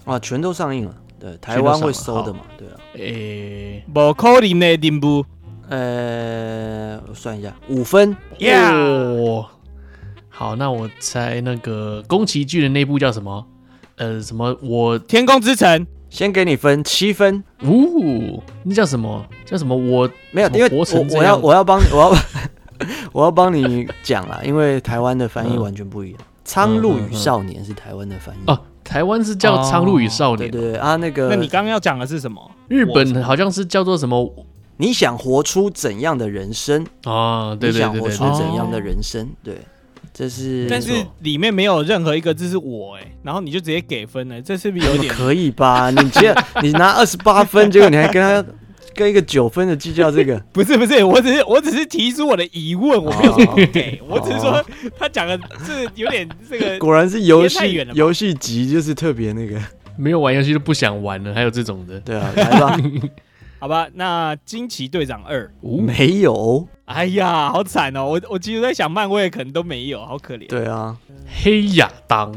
Speaker 3: 啊，全都上映了。对，台
Speaker 1: 全都
Speaker 3: 湾
Speaker 1: 上了
Speaker 3: 会收的嘛？对啊。
Speaker 1: 诶、
Speaker 2: 不可能的，顶不
Speaker 3: 呃，我算一下，五分。呃
Speaker 2: ，Yeah，
Speaker 1: 哦好，那我猜那个宫崎骏的那部叫什么？呃，什么我
Speaker 2: 天空之城
Speaker 3: 先给你分七分，
Speaker 1: 呜、那叫什么？叫什么？我
Speaker 3: 没有，
Speaker 1: 怎么
Speaker 3: 因为
Speaker 1: 活
Speaker 3: 我
Speaker 1: 成这
Speaker 3: 我
Speaker 1: 样
Speaker 3: 要我要帮我要 我要帮你讲啦，因为台湾的翻译
Speaker 1: 嗯
Speaker 3: 完全不一样，《苍鹭
Speaker 1: 嗯嗯嗯
Speaker 3: 与少年》是台湾的翻译。
Speaker 1: 哦、台湾是叫《苍鹭与少
Speaker 3: 对
Speaker 1: 年》
Speaker 3: 对对啊，那个
Speaker 2: 那你刚刚要讲的是什么？
Speaker 1: 日本好像是叫做什么
Speaker 3: 你想活出怎样的人生？
Speaker 1: 啊？对对对对
Speaker 3: 你想
Speaker 1: 对哦
Speaker 3: 活出怎样的人生？对，这是
Speaker 2: 但
Speaker 1: 没
Speaker 2: 是
Speaker 1: 错
Speaker 2: 里面没有任何一个字是我哎、然后你就直接给分了，这是不是有
Speaker 3: 怎么
Speaker 2: 点？
Speaker 3: 可以吧？你这 样你拿二十八分，结果你还跟他跟一个九分的计较这 个，
Speaker 2: 不是不是，我只是我只是提出我的疑问，我没有说不给，我只是说
Speaker 3: 哦
Speaker 2: 他讲的这有点这个
Speaker 3: 果然是游
Speaker 2: 别太
Speaker 3: 戏
Speaker 2: 远了吧
Speaker 3: 游戏集就是特别 那个。
Speaker 1: 没有玩游戏就不想玩了，还有这种的。
Speaker 3: 对啊，来吧，
Speaker 2: 好吧？那惊奇队长二，
Speaker 1: 呜、
Speaker 3: 没 有。
Speaker 2: 哎呀，好惨哦！我我其实在想，漫威可能都没有，好可怜。
Speaker 3: 对啊，
Speaker 1: 黑亚当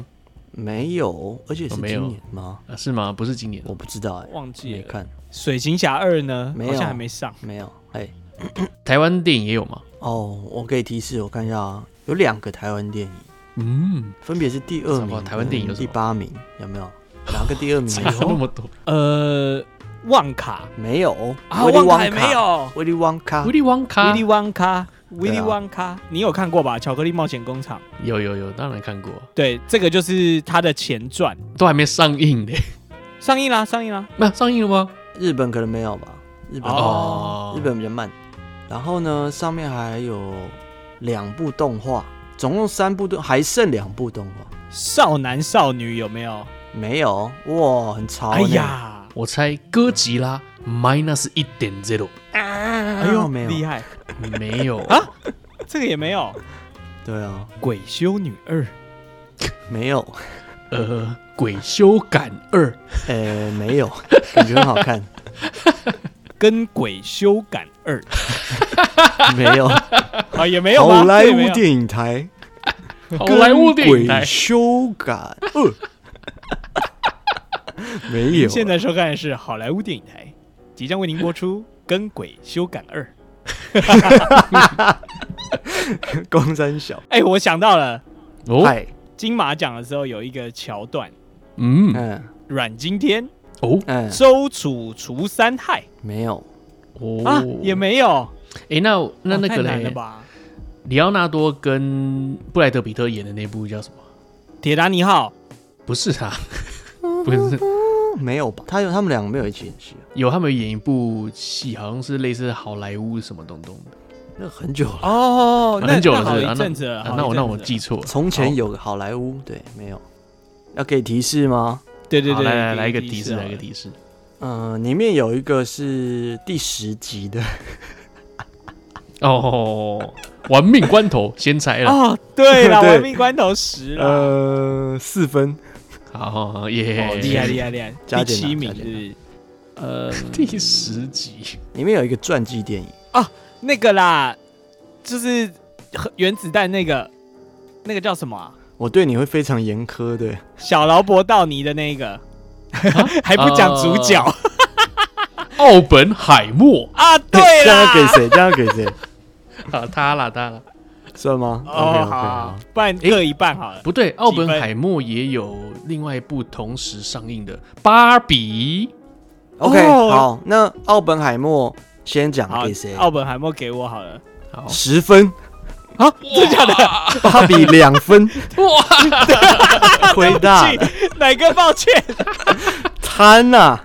Speaker 3: 没有，而且是
Speaker 1: 哦没有
Speaker 3: 今年吗？
Speaker 1: 啊是吗？不是今年
Speaker 3: 我不知道哎，
Speaker 2: 忘记
Speaker 3: 没
Speaker 2: 了。
Speaker 3: 看，
Speaker 2: 水行侠二呢？
Speaker 3: 没有
Speaker 2: 好像还没上。
Speaker 3: 没有。哎，
Speaker 1: 台湾电影也有吗？
Speaker 3: 哦，我可以提示，我看一下啊，有两个台湾电影，
Speaker 1: 嗯，
Speaker 3: 分别是第二
Speaker 1: 什么
Speaker 3: 名、
Speaker 1: 台湾电影有什
Speaker 3: 第
Speaker 1: 么
Speaker 3: 八名，有没有？哪个第二 名？
Speaker 1: 差那么多。
Speaker 2: 呃，旺卡
Speaker 3: 没有
Speaker 2: 啊，
Speaker 3: 威利
Speaker 2: 旺卡
Speaker 3: 旺
Speaker 2: 也没
Speaker 3: 卡，
Speaker 2: 有。
Speaker 3: 威利旺卡
Speaker 1: 威，利旺卡
Speaker 2: 威利旺卡，威
Speaker 3: 啊
Speaker 2: 利旺卡，你有看过吧？《巧克力冒险工厂》
Speaker 1: 有有有，当然看过，
Speaker 2: 对，这个就是它的前传，
Speaker 1: 都还没上映呢。
Speaker 2: 上映啦，上映啦。
Speaker 1: 那上映了吗？
Speaker 3: 日本可能没有吧？日本
Speaker 2: 哦
Speaker 3: 日本比较慢。然后呢，上面还有两部动画，总共三部动，还剩两部动画。
Speaker 2: 少男少女有没有？
Speaker 3: 没有哇，很潮、
Speaker 2: 哎，呀，
Speaker 1: 我猜哥吉拉 minus 一点 zero
Speaker 2: 哎
Speaker 3: 呦没有
Speaker 2: 厉害，
Speaker 1: 没有
Speaker 2: 啊这个也没有。
Speaker 3: 对啊，
Speaker 2: 鬼修女二，
Speaker 3: 没 有，
Speaker 1: 呃，鬼修感二
Speaker 3: 呃，没有，感觉很好看，
Speaker 2: 跟鬼修感二
Speaker 3: 没有。
Speaker 2: 啊，也 没有吗？
Speaker 3: 好莱
Speaker 2: 这也没
Speaker 3: 坞
Speaker 2: 有
Speaker 3: 电影台，
Speaker 1: 好莱坞电影
Speaker 3: 鬼
Speaker 1: 台。
Speaker 3: 修改二， 没有。
Speaker 2: 现在收看的是好莱坞电影台，即将为您播出《跟鬼修改二》。
Speaker 3: 光山小，
Speaker 2: 哎，我想到了
Speaker 1: 哦，
Speaker 3: 嗨，
Speaker 2: 金马奖的时候有一个桥段，
Speaker 1: 嗯，
Speaker 3: 嗯
Speaker 2: 阮经天
Speaker 1: 哦
Speaker 3: 嗯，
Speaker 2: 周楚除三害
Speaker 3: 没有，
Speaker 1: 哦
Speaker 2: 啊，也。没有。
Speaker 1: 哎，那那
Speaker 2: 哦
Speaker 1: 那
Speaker 2: 太
Speaker 1: 个
Speaker 2: 难了
Speaker 1: 嘞，
Speaker 2: 吧？
Speaker 1: 里奥纳多跟布莱德比特演的那部叫什么？
Speaker 2: 铁达尼号
Speaker 1: 不是他， 不是
Speaker 3: 没有吧？他有他们两个没有一起演戏啊，
Speaker 1: 有他们有演一部戏，好像是类似好莱坞什么东东的，
Speaker 3: 那很久了。
Speaker 2: 哦，那
Speaker 1: 很久了
Speaker 2: 那好
Speaker 1: 是不是
Speaker 2: 一阵子了。
Speaker 1: 啊
Speaker 2: 好一
Speaker 1: 那我
Speaker 2: 阵
Speaker 1: 那我
Speaker 2: 子了
Speaker 1: 记错了。
Speaker 3: 从前
Speaker 1: 好
Speaker 3: 有个好莱坞，对，没有。要给提示吗？
Speaker 2: 对对
Speaker 1: 好
Speaker 2: 对，
Speaker 1: 来来
Speaker 2: 给
Speaker 1: 来一个提示，
Speaker 2: 好了
Speaker 1: 来一个提示。
Speaker 3: 嗯、里面有一个是第十集的，
Speaker 1: 哦，玩命关头，先猜了。
Speaker 2: 哦，对了，
Speaker 3: 对
Speaker 2: 玩命关头十了，
Speaker 3: 呃，四分。
Speaker 1: 好好，好耶
Speaker 2: 哦，厉害厉害厉害，
Speaker 3: 加
Speaker 2: 第
Speaker 3: 减啊
Speaker 2: 七名
Speaker 3: 加
Speaker 2: 是
Speaker 3: 减
Speaker 2: 不
Speaker 3: 啊
Speaker 2: 是？呃，
Speaker 1: 第十集
Speaker 3: 里面有一个传记电影，
Speaker 2: 那个啦，就是核原子弹那个，那个叫什么啊？
Speaker 3: 我对你会非常严苛的。
Speaker 2: 小劳勃道尼的那个，
Speaker 1: 啊
Speaker 2: 还不讲主角、
Speaker 1: 哦奥本海默
Speaker 2: 啊？对
Speaker 3: 这样要
Speaker 2: 啦，
Speaker 3: 给谁？这样要给谁？
Speaker 1: 啊，他啦他啦，
Speaker 3: 算吗？
Speaker 2: 哦，
Speaker 3: OK，OK，
Speaker 2: 好好，好不然各一半好了。
Speaker 1: 不对，奥本海默也有另外一部同时上映的《芭比》
Speaker 3: OK，、
Speaker 2: 哦
Speaker 3: 好，那奥本海默先讲
Speaker 2: 好
Speaker 3: 哎给谁，？
Speaker 2: 奥本海默给我好了。
Speaker 1: 好，
Speaker 3: 十分，
Speaker 2: 啊，真假的？
Speaker 3: 芭比两分，
Speaker 1: 哇，
Speaker 3: 亏
Speaker 1: 啊
Speaker 3: 大了
Speaker 2: 哪个抱歉？
Speaker 3: 贪呐！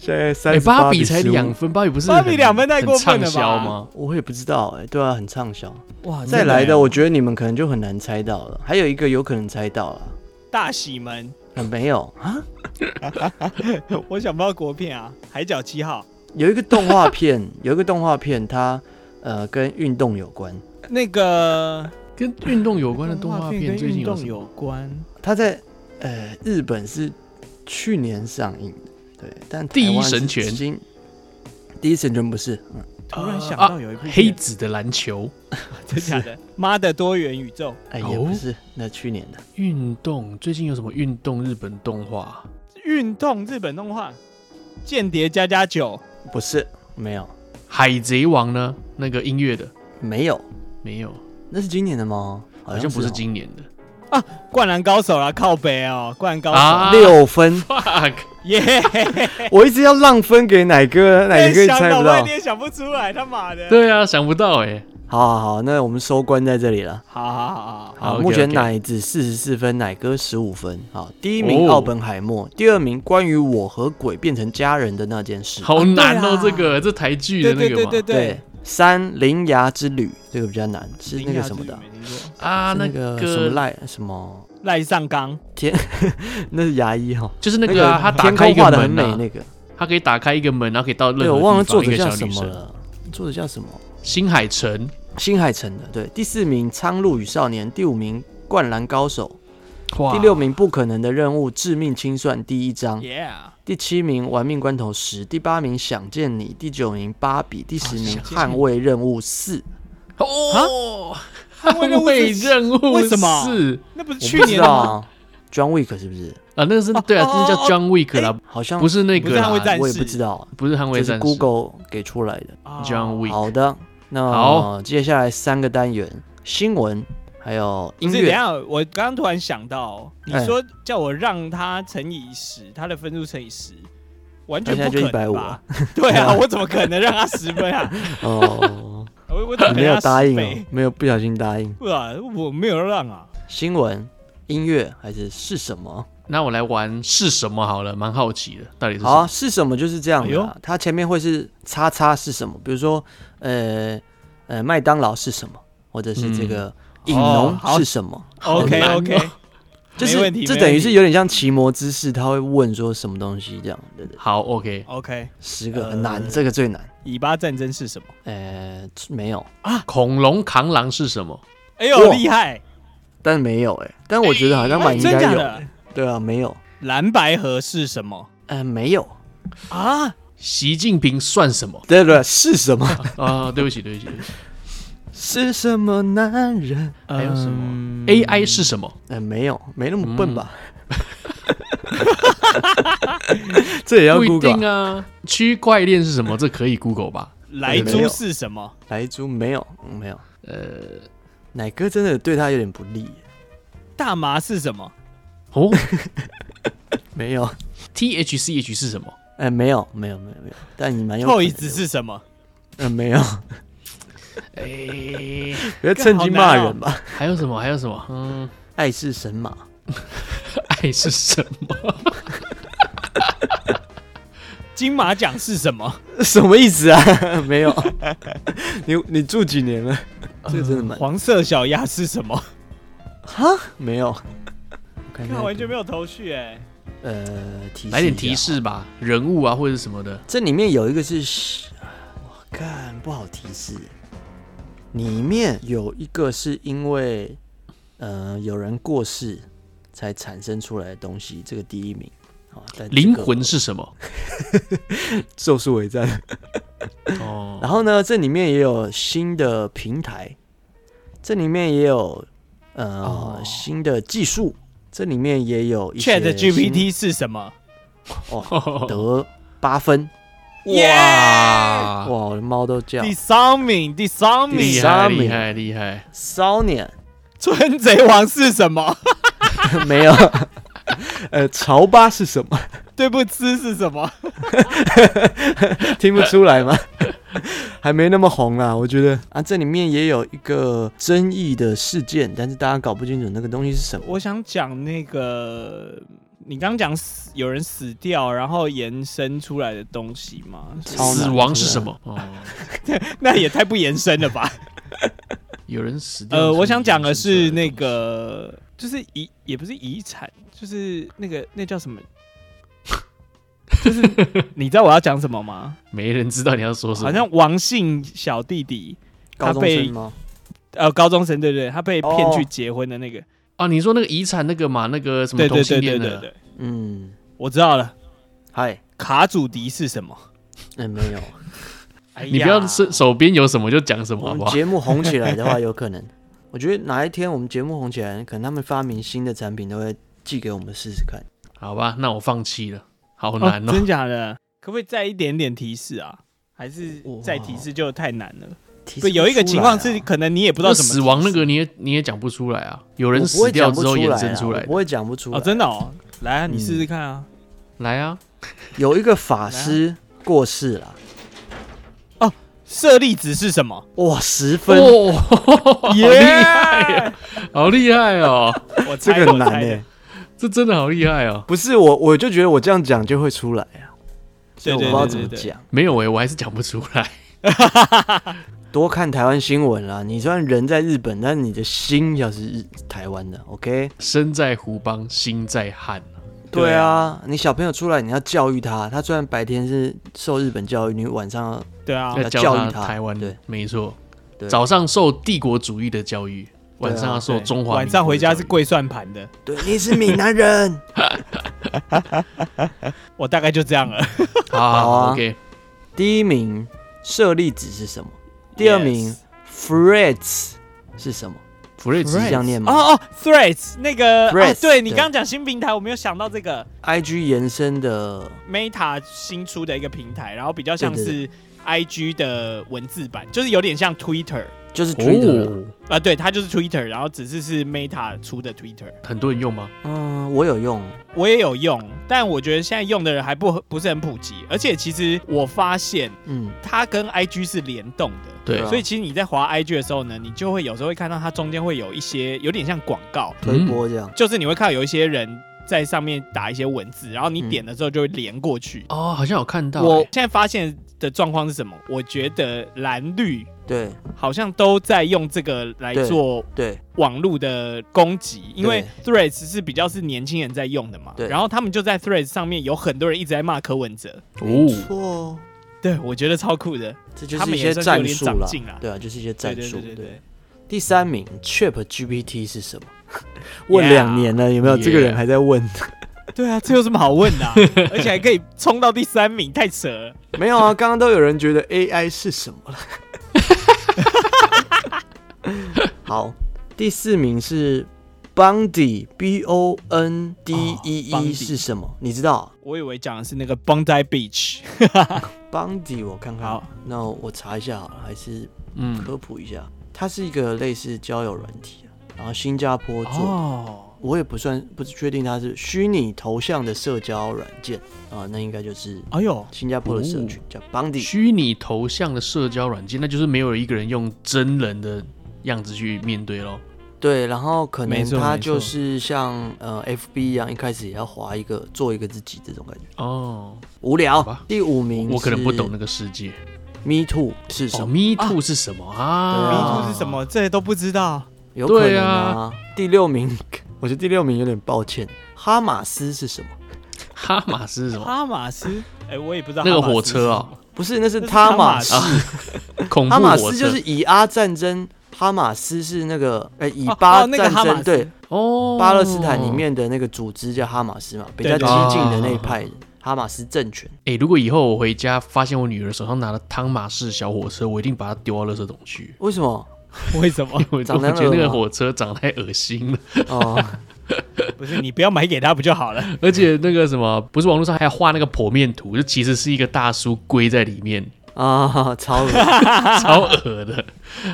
Speaker 3: 现在三
Speaker 1: 哎，
Speaker 3: 十八
Speaker 1: 芭比才
Speaker 3: 15
Speaker 1: 两，分，芭比不是
Speaker 2: 芭比
Speaker 1: 很
Speaker 2: 两分太过分了吧
Speaker 1: 很畅销吗？
Speaker 3: 我也不知道哎，对啊，很畅销。
Speaker 2: 哇，
Speaker 3: 啊再来的，我觉得你们可能就很难猜到了。还有一个有可能猜到了，
Speaker 2: 大喜门，
Speaker 3: 啊没有啊？
Speaker 2: 我想不到国片啊，《海角七号》
Speaker 3: 有一个动画片， 有一个动画片，它呃跟运动有关。
Speaker 2: 那个
Speaker 1: 跟运动有关的动画
Speaker 2: 跟
Speaker 1: 片最近
Speaker 2: 运
Speaker 1: 有什
Speaker 2: 动
Speaker 1: 么？
Speaker 2: 有关，
Speaker 3: 它在呃日本是去年上映的，对，但台
Speaker 1: 第一
Speaker 3: 湾是
Speaker 1: 神拳
Speaker 3: 新第一神拳不是，嗯，
Speaker 2: 突然想
Speaker 1: 啊
Speaker 2: 到有一部片
Speaker 1: 黑子的篮球，
Speaker 2: 真假的， 妈的多元宇宙，
Speaker 3: 哎、
Speaker 1: 哦
Speaker 3: 也不是，那去年的
Speaker 1: 运动最近有什么运动日本动画？
Speaker 2: 运动日本动画，《间谍加加九
Speaker 3: 不是，没有，
Speaker 1: 海贼王呢？那个音乐的
Speaker 3: 没有，
Speaker 1: 没有，
Speaker 3: 那是今年的吗？
Speaker 1: 好像不
Speaker 3: 是
Speaker 1: 是
Speaker 3: 哦
Speaker 1: 今年的。》
Speaker 2: 《灌篮高手》啦，靠北哦，《灌篮高手》
Speaker 1: 啊
Speaker 3: 六分，
Speaker 1: Fuck，
Speaker 2: 耶，
Speaker 3: 我一直要让分给奶哥，奶哥
Speaker 2: 想
Speaker 3: 猜
Speaker 2: 老
Speaker 3: 不
Speaker 2: 半
Speaker 3: 到。
Speaker 2: 天想不出来，他妈 的。，
Speaker 1: 对啊，想不到哎。
Speaker 3: 好好好，那我们收官在这里了。
Speaker 2: 好好好好，
Speaker 1: 好
Speaker 3: 好，
Speaker 1: ，OK，
Speaker 3: 目前
Speaker 1: OK
Speaker 3: 奶子四十四分，奶哥十五分。好，第一
Speaker 1: 哦
Speaker 3: 名奥本海默，第二名关于我和鬼变成家人的那件事。
Speaker 1: 好难哦
Speaker 2: 啊，
Speaker 1: 这个这台剧的
Speaker 2: 对
Speaker 1: 那个
Speaker 2: 对对
Speaker 1: 嘛
Speaker 2: 对
Speaker 3: 对，三铃芽之旅这个比较难，是那个什么的啊，
Speaker 2: 没听过
Speaker 1: 啊，
Speaker 3: 是
Speaker 1: 那
Speaker 3: 个
Speaker 1: 个
Speaker 3: 什么赖什么，
Speaker 2: 赖上纲，
Speaker 3: 那是牙医哈。
Speaker 1: 就是那个啊，他打
Speaker 3: 天
Speaker 1: 开一
Speaker 3: 空
Speaker 1: 个
Speaker 3: 画的很
Speaker 1: 门
Speaker 3: 美
Speaker 1: 啊，
Speaker 3: 那个，
Speaker 1: 他可以打开一个门，然后可以到任何
Speaker 3: 对我
Speaker 1: 地
Speaker 3: 忘了
Speaker 1: 方
Speaker 3: 作
Speaker 1: 一
Speaker 3: 者
Speaker 1: 个
Speaker 3: 叫
Speaker 1: 小
Speaker 3: 什
Speaker 1: 女
Speaker 3: 么
Speaker 1: 生，
Speaker 3: 了，作者叫什么？
Speaker 1: 新海诚
Speaker 3: 新海诚的。对，第四名《苍鹭与少年》，第五名《灌篮高手》，
Speaker 1: 哇，
Speaker 3: 第六名《不可能的任务：致命清算》第一
Speaker 1: 嗯
Speaker 3: 章，
Speaker 2: ，Yeah，
Speaker 3: 第七名《玩命关头十》，第八名《想见你》，第九名《芭比》，第十名
Speaker 2: 啊
Speaker 3: 《
Speaker 1: 想见
Speaker 3: 捍
Speaker 1: 你
Speaker 3: 卫任务四》。
Speaker 1: 哦，捍
Speaker 2: 捍卫
Speaker 1: 卫
Speaker 2: 任务
Speaker 1: 任务
Speaker 2: 为什么
Speaker 1: 是
Speaker 2: 那不是
Speaker 3: 我
Speaker 2: 去
Speaker 3: 不知
Speaker 2: 年的
Speaker 3: 道
Speaker 2: 吗？
Speaker 3: 啊，John Wick 是不是？
Speaker 1: 啊，那个是对啊，
Speaker 2: 哦哦
Speaker 1: 这是叫 John Wick 啦，
Speaker 3: 好像
Speaker 1: 不是那个啦
Speaker 2: 不是捍卫战士
Speaker 3: 我也不知道，
Speaker 1: 不是捍卫
Speaker 3: 这
Speaker 1: 战士
Speaker 3: 是 Google 给出来的。
Speaker 2: 啊
Speaker 1: John Wick
Speaker 3: 好的，那
Speaker 1: 好
Speaker 3: 接下来三个单元：新闻，还有
Speaker 2: 不
Speaker 3: 音
Speaker 2: 是，等一
Speaker 3: 乐。
Speaker 2: 下，我刚刚突然想到，你
Speaker 3: 哎
Speaker 2: 说叫我让他乘以十，他的分数乘以十，完全
Speaker 3: 那现
Speaker 2: 不
Speaker 3: 在就
Speaker 2: 可能吧？ 对
Speaker 3: 150
Speaker 2: 啊，我怎么可能让他十分啊？
Speaker 3: 哦，
Speaker 2: 我我怎么可
Speaker 3: 你
Speaker 2: 能
Speaker 3: 没有
Speaker 2: 让他
Speaker 3: 答
Speaker 2: 十
Speaker 3: 应哦
Speaker 2: 倍？，
Speaker 3: 没有不小心答应。
Speaker 2: 不啊，我没有让啊。
Speaker 3: 新闻、音乐还是是什么？
Speaker 1: 那我来玩是什么好了，蛮好奇的，到底是什
Speaker 3: 好、啊，
Speaker 1: 么？
Speaker 3: 是什么就是这样
Speaker 2: 哎
Speaker 3: 的、
Speaker 2: 呦
Speaker 3: 啊。它前面会是叉叉是什么？比如说，呃呃，麦当劳是什么？或者是这个饮
Speaker 2: 哦
Speaker 3: 农
Speaker 2: 好
Speaker 3: 是什么？
Speaker 1: 好
Speaker 2: OK
Speaker 1: 难哦
Speaker 2: OK，
Speaker 3: 啊就
Speaker 2: 没
Speaker 3: 是
Speaker 2: 问题
Speaker 3: 这
Speaker 2: 没
Speaker 3: 等于
Speaker 2: 问
Speaker 3: 是
Speaker 2: 题
Speaker 3: 有点像奇摩知识，他会问说什么东西这样。对对，
Speaker 1: 好，OK，
Speaker 2: OK，
Speaker 3: 十个
Speaker 2: 呃
Speaker 3: 很难，这个最难。
Speaker 2: 以巴战争是什么？
Speaker 3: 呃，没有，
Speaker 1: 恐龙扛狼是什么？
Speaker 2: 哎呦，
Speaker 3: 哇
Speaker 2: 厉害！
Speaker 3: 但没有哎、但我觉得好像蛮
Speaker 2: 哎
Speaker 3: 应
Speaker 2: 真
Speaker 3: 该
Speaker 2: 假
Speaker 3: 有、
Speaker 2: 的？
Speaker 3: 对啊，没有，
Speaker 2: 蓝白河是什么
Speaker 3: 呃，没有，
Speaker 2: 啊？
Speaker 1: 习近平算什么
Speaker 3: 对对对， 是 什么？
Speaker 1: 啊？对不起，对 不起对不起
Speaker 3: 是什么男人？
Speaker 1: 还有什
Speaker 2: 么
Speaker 1: ，AI 是什么？
Speaker 3: 呃，没有，没那么笨吧？ 这也要
Speaker 1: 不一
Speaker 3: Google
Speaker 1: 定啊。区块链是什么？这可以 Google 吧？
Speaker 2: 莱
Speaker 3: 没
Speaker 2: 猪
Speaker 3: 有
Speaker 2: 是什么？
Speaker 3: 莱猪没有，嗯没有。呃，奶哥真的对他有点不利。
Speaker 2: 大麻是什么？
Speaker 1: 哦
Speaker 3: 没有，
Speaker 1: ，THCH 是什么？
Speaker 3: 哎，没有，没有，没有，没有。但你蛮有可能
Speaker 2: 后
Speaker 3: 的。
Speaker 2: 椅子是什么？
Speaker 3: 嗯，没有。
Speaker 1: 哎，
Speaker 3: 别趁机骂人吧。
Speaker 1: 还有什么？还有什么？嗯，
Speaker 3: 爱是神马，
Speaker 1: 爱是什么？
Speaker 2: 金马奖是什么？
Speaker 3: 什么意思啊？ 没有。你你住几年了？这个真的蛮
Speaker 2: 黄色小鸭是什 么？
Speaker 3: 哈，没有。我看一下
Speaker 2: 看完全没有头绪哎。
Speaker 3: 呃，提 示
Speaker 1: 来点
Speaker 3: 一下
Speaker 1: 提示吧，人物啊或者什么的。
Speaker 3: 这里面有一个是，我看不好提示。里面有一个是因为，呃，有人过世才产生出来的东西，这个第一名。好，但这个
Speaker 1: 灵魂是什么？
Speaker 3: 咒术回战。
Speaker 1: 哦，
Speaker 3: 然后呢，这里面也有新的平台，这里面也有呃、
Speaker 1: 哦
Speaker 3: 新的技术，这里面也有一些
Speaker 2: Chat GPT 是什么？
Speaker 3: 新
Speaker 1: 哦
Speaker 3: 得八分。
Speaker 1: 哇，
Speaker 3: 哇，我的猫都叫。
Speaker 2: 第三名，第三
Speaker 1: 厉
Speaker 2: 名，
Speaker 1: 害
Speaker 3: 三名
Speaker 1: 厉害厉害！
Speaker 3: 骚年
Speaker 2: 春贼王是什么？
Speaker 3: 没有。呃，潮吧是什么？
Speaker 2: 对不吃是什么？
Speaker 3: 听不出来吗？ 还没那么红啦，我觉得啊，这里面也有一个争议的事件，但是大家搞不清楚那个东西是什么。
Speaker 2: 我想讲那个，你刚讲死有人死掉，然后延伸出来的东西吗？
Speaker 3: 超难
Speaker 1: 死亡是什么？哦，
Speaker 2: 那也太不延伸了 吧？
Speaker 1: 有人死掉。
Speaker 2: 呃，我想讲的是那，个，就是遗也不是遗产，就是那个那叫什 么？就是你知道我要讲什么吗？
Speaker 1: 没人知道你要说什么。
Speaker 2: 好像王姓小弟弟，
Speaker 3: 高中
Speaker 2: 被
Speaker 3: 生吗？
Speaker 2: 呃，高中生对对，他被骗
Speaker 3: 哦
Speaker 2: 去结婚的那个，
Speaker 1: 啊，你说那个遗产那个嘛，那个什么
Speaker 2: 对
Speaker 1: 同
Speaker 2: 对
Speaker 1: 性
Speaker 2: 对
Speaker 1: 恋
Speaker 2: 对
Speaker 1: 的，
Speaker 2: 对对，
Speaker 3: 嗯，
Speaker 2: 我知道了，
Speaker 3: 嗨，
Speaker 2: 卡祖笛是什么？
Speaker 3: 哎、没有。
Speaker 2: 哎呀
Speaker 1: 你不要是手边有什么就讲什么
Speaker 3: 我
Speaker 1: 好不
Speaker 3: 们
Speaker 1: 好？
Speaker 3: 节目红起来的话，有可能。我觉得哪一天我们节目红起来，可能他们发明新的产品都会寄给我们试试看。
Speaker 1: 好吧，那我放弃了，好
Speaker 2: 哦
Speaker 1: 难哦。
Speaker 2: 真假的？可不可以再一点点提示啊？还是
Speaker 3: 哇
Speaker 2: 再提示就太难了？
Speaker 3: 提
Speaker 2: 不，
Speaker 3: 示
Speaker 2: 有一个
Speaker 3: 出
Speaker 2: 情
Speaker 3: 来
Speaker 2: 况
Speaker 3: 啊
Speaker 2: 是，可能你也不
Speaker 1: 不
Speaker 2: 知道怎么
Speaker 1: 死亡那
Speaker 2: 提示
Speaker 1: 个你也你也讲不出来啊，有人
Speaker 3: 我不会
Speaker 1: 死掉
Speaker 3: 讲不
Speaker 1: 之后
Speaker 3: 出
Speaker 1: 衍
Speaker 3: 来
Speaker 1: 生
Speaker 3: 啊
Speaker 1: 出来
Speaker 3: 我
Speaker 1: 的
Speaker 3: 不会讲不出来
Speaker 2: 哦，。真的哦，来啊，
Speaker 1: 嗯
Speaker 2: 你试试看啊！
Speaker 1: 来啊，
Speaker 3: 有一个法师过世了，
Speaker 2: 舍利子是什么？
Speaker 3: 哇，十分，
Speaker 1: 哦， 好厉害 啊，好厉害哦，
Speaker 2: 我
Speaker 3: 这
Speaker 2: 猜
Speaker 3: 个很难
Speaker 2: 哎、
Speaker 3: 哎、
Speaker 1: 这真的好厉害哦。
Speaker 3: 不是我，我就觉得我这样讲就会出来啊，所
Speaker 2: 对
Speaker 3: 以我
Speaker 2: 对
Speaker 3: 不知道
Speaker 2: 对
Speaker 3: 怎么
Speaker 2: 对对，
Speaker 3: 讲。
Speaker 1: 没有诶，我还是讲不出来。
Speaker 3: 多看台湾新闻啦，你虽然人在日本，但是你的心要是日台湾的，OK？
Speaker 1: 身在胡邦，心在汉。
Speaker 3: 对啊，你小朋友出来，你要教育他。他虽然白天是受日本教育，你晚上要
Speaker 2: 对啊，
Speaker 1: 要
Speaker 3: 要
Speaker 1: 教
Speaker 3: 教
Speaker 1: 他
Speaker 3: 育他
Speaker 1: 台湾，
Speaker 3: 对，
Speaker 1: 没错。
Speaker 3: 对啊
Speaker 1: 早上受帝国主义的教育，晚上要受
Speaker 2: 对
Speaker 1: 中华民国的教育。
Speaker 2: 晚上回家是跪算盘的，
Speaker 3: 对你是闽 南人，
Speaker 2: 我大概就这样了。
Speaker 1: 好好
Speaker 3: 好啊
Speaker 1: OK，
Speaker 3: 第一名舍利子是什么？第二名
Speaker 2: Yes
Speaker 3: Fritz 是什么？
Speaker 1: 福瑞兹
Speaker 3: 是这样念吗
Speaker 2: 哦哦，Threads 那个哦，
Speaker 3: Threads，
Speaker 2: 对你
Speaker 3: 对
Speaker 2: 刚讲新平台，我没有想到这个
Speaker 3: ？IG 延伸的
Speaker 2: Meta 新出的一个平台，然后比较像
Speaker 3: 对对
Speaker 2: 是 IG 的文字版，就是有点像 Twitter
Speaker 3: 就是 Twitter 了。
Speaker 1: 哦，
Speaker 2: 啊、对，它就是 Twitter，然后只是是 Meta 出的 Twitter。
Speaker 1: 很多人用吗？
Speaker 3: 嗯，我有用，
Speaker 2: 我也有用，但我觉得现在用的人还不不是很普及，而且其实我发现
Speaker 3: 嗯，
Speaker 2: 它跟 IG 是联动的。
Speaker 1: 对
Speaker 3: 对啊
Speaker 2: 所以其实你在滑 IG 的时候呢，你就会有时候会看到它中间会有一些有点像广告，
Speaker 3: 推播这样。
Speaker 2: 就是你会看到有一些人在上面打一些文字，然后你
Speaker 3: 嗯
Speaker 2: 点了之后就会连过去。
Speaker 1: 哦，好像有看到欸。
Speaker 2: 我现在发现的状况是什么？我觉得蓝绿
Speaker 3: 对
Speaker 2: 好像都在用这个来
Speaker 3: 对
Speaker 2: 做
Speaker 3: 对
Speaker 2: 网络的攻击，因为 Threads 是比较是年轻人在用的嘛，
Speaker 3: 对
Speaker 2: 然后他们就在 Threads 上面有很多人一直在骂柯文哲，
Speaker 1: 哦，
Speaker 3: 错哦，
Speaker 2: 对我觉得超酷的，
Speaker 3: 这就
Speaker 2: 他
Speaker 3: 是
Speaker 2: 们
Speaker 3: 一
Speaker 2: 也
Speaker 3: 些
Speaker 2: 算是有
Speaker 3: 战
Speaker 2: 点
Speaker 3: 术
Speaker 2: 长
Speaker 3: 啦
Speaker 2: 进啦。
Speaker 3: 对啊，就是一些
Speaker 2: 对
Speaker 3: 战
Speaker 2: 对
Speaker 3: 术
Speaker 2: 对。对对，
Speaker 3: 第三名 Chat GPT 是什么？问两年了，有没有？
Speaker 1: Yeah
Speaker 3: 这个人还在问？
Speaker 2: 对啊，这有什么好问 的啊、而且还可以冲到第三名，太扯了。
Speaker 3: 没有啊，刚刚都有人觉得 AI 是什么了。 好，第四名是 Bondi B O N D E
Speaker 2: 哦
Speaker 3: E
Speaker 2: ，Bondi
Speaker 3: 是什么？你知道
Speaker 2: 我以为讲的是那个 Bondi Beach，
Speaker 3: Bondi？我看看
Speaker 2: 好，
Speaker 3: 那我查一下好了，还是
Speaker 1: 嗯，
Speaker 3: 科普一下，它是一个类似交友软体啊，然后新加坡做的。
Speaker 1: 哦，
Speaker 3: 我也不算不是确定它是虚拟头像的社交软件啊，那应该就是
Speaker 2: 哎呦，
Speaker 3: 新加坡的社群、叫 Bondi。
Speaker 1: 虚拟头像的社交软件，那就是没有一个人用真人的样子去面对咯。
Speaker 3: 对，然后可
Speaker 2: 没
Speaker 3: 能
Speaker 2: 错
Speaker 3: 它
Speaker 2: 没错
Speaker 3: 就是像呃 FB 一样，一开始也要划一个做一个自己这种感觉，
Speaker 1: 哦，
Speaker 3: 无聊
Speaker 1: 吧。
Speaker 3: 第五名
Speaker 1: 我可能不懂那个世界。
Speaker 3: 是 Me Too 是什
Speaker 1: 哦
Speaker 3: 么？
Speaker 1: ，Me Too 是什么啊
Speaker 3: 啊
Speaker 2: 迷途是什么？这些都不知道。
Speaker 3: 有可
Speaker 1: 对
Speaker 3: 能
Speaker 1: 啊
Speaker 3: 啊。第六名， 我觉得第六名有点抱歉。哈马斯是什么？
Speaker 1: 哈马斯是什么？
Speaker 2: 哈马斯，哎、我也不知道
Speaker 1: 那个
Speaker 2: 哈马斯
Speaker 1: 火车啊，
Speaker 3: 不是，那是
Speaker 2: 那是
Speaker 3: 他
Speaker 2: 哈
Speaker 3: 马
Speaker 2: 马
Speaker 3: 斯
Speaker 2: 斯。
Speaker 1: 恐怖
Speaker 3: 哈马
Speaker 1: 火
Speaker 3: 斯
Speaker 1: 车
Speaker 3: 就是以阿战争，哈马斯是那个呃以
Speaker 2: 哦
Speaker 3: 巴
Speaker 2: 哦
Speaker 3: 战
Speaker 2: 那个哈马
Speaker 3: 争
Speaker 2: 斯
Speaker 3: 对。
Speaker 1: 哦，
Speaker 3: 巴勒斯坦里面的那个组织叫哈马斯嘛，比较
Speaker 2: 对对
Speaker 3: 激进的
Speaker 1: 对
Speaker 3: 那一派人哈马斯政权。
Speaker 1: 哎、如果以后我回家发现我女儿手上拿了汤马士小火车，我一定把它丢到垃圾桶去。
Speaker 3: 为什么？
Speaker 2: 为什么？
Speaker 1: 我我
Speaker 3: 长得
Speaker 1: 觉得那
Speaker 3: 恶
Speaker 1: 个
Speaker 3: 吗
Speaker 1: 火车长得太恶心了，
Speaker 3: 哦，
Speaker 2: 不是你不要买给他不就好了？
Speaker 1: 而且那个什么，不是网络上还有画那个剖面图，就其实是一个大叔龟在里 面，
Speaker 3: 啊，超恶。
Speaker 1: 超恶的。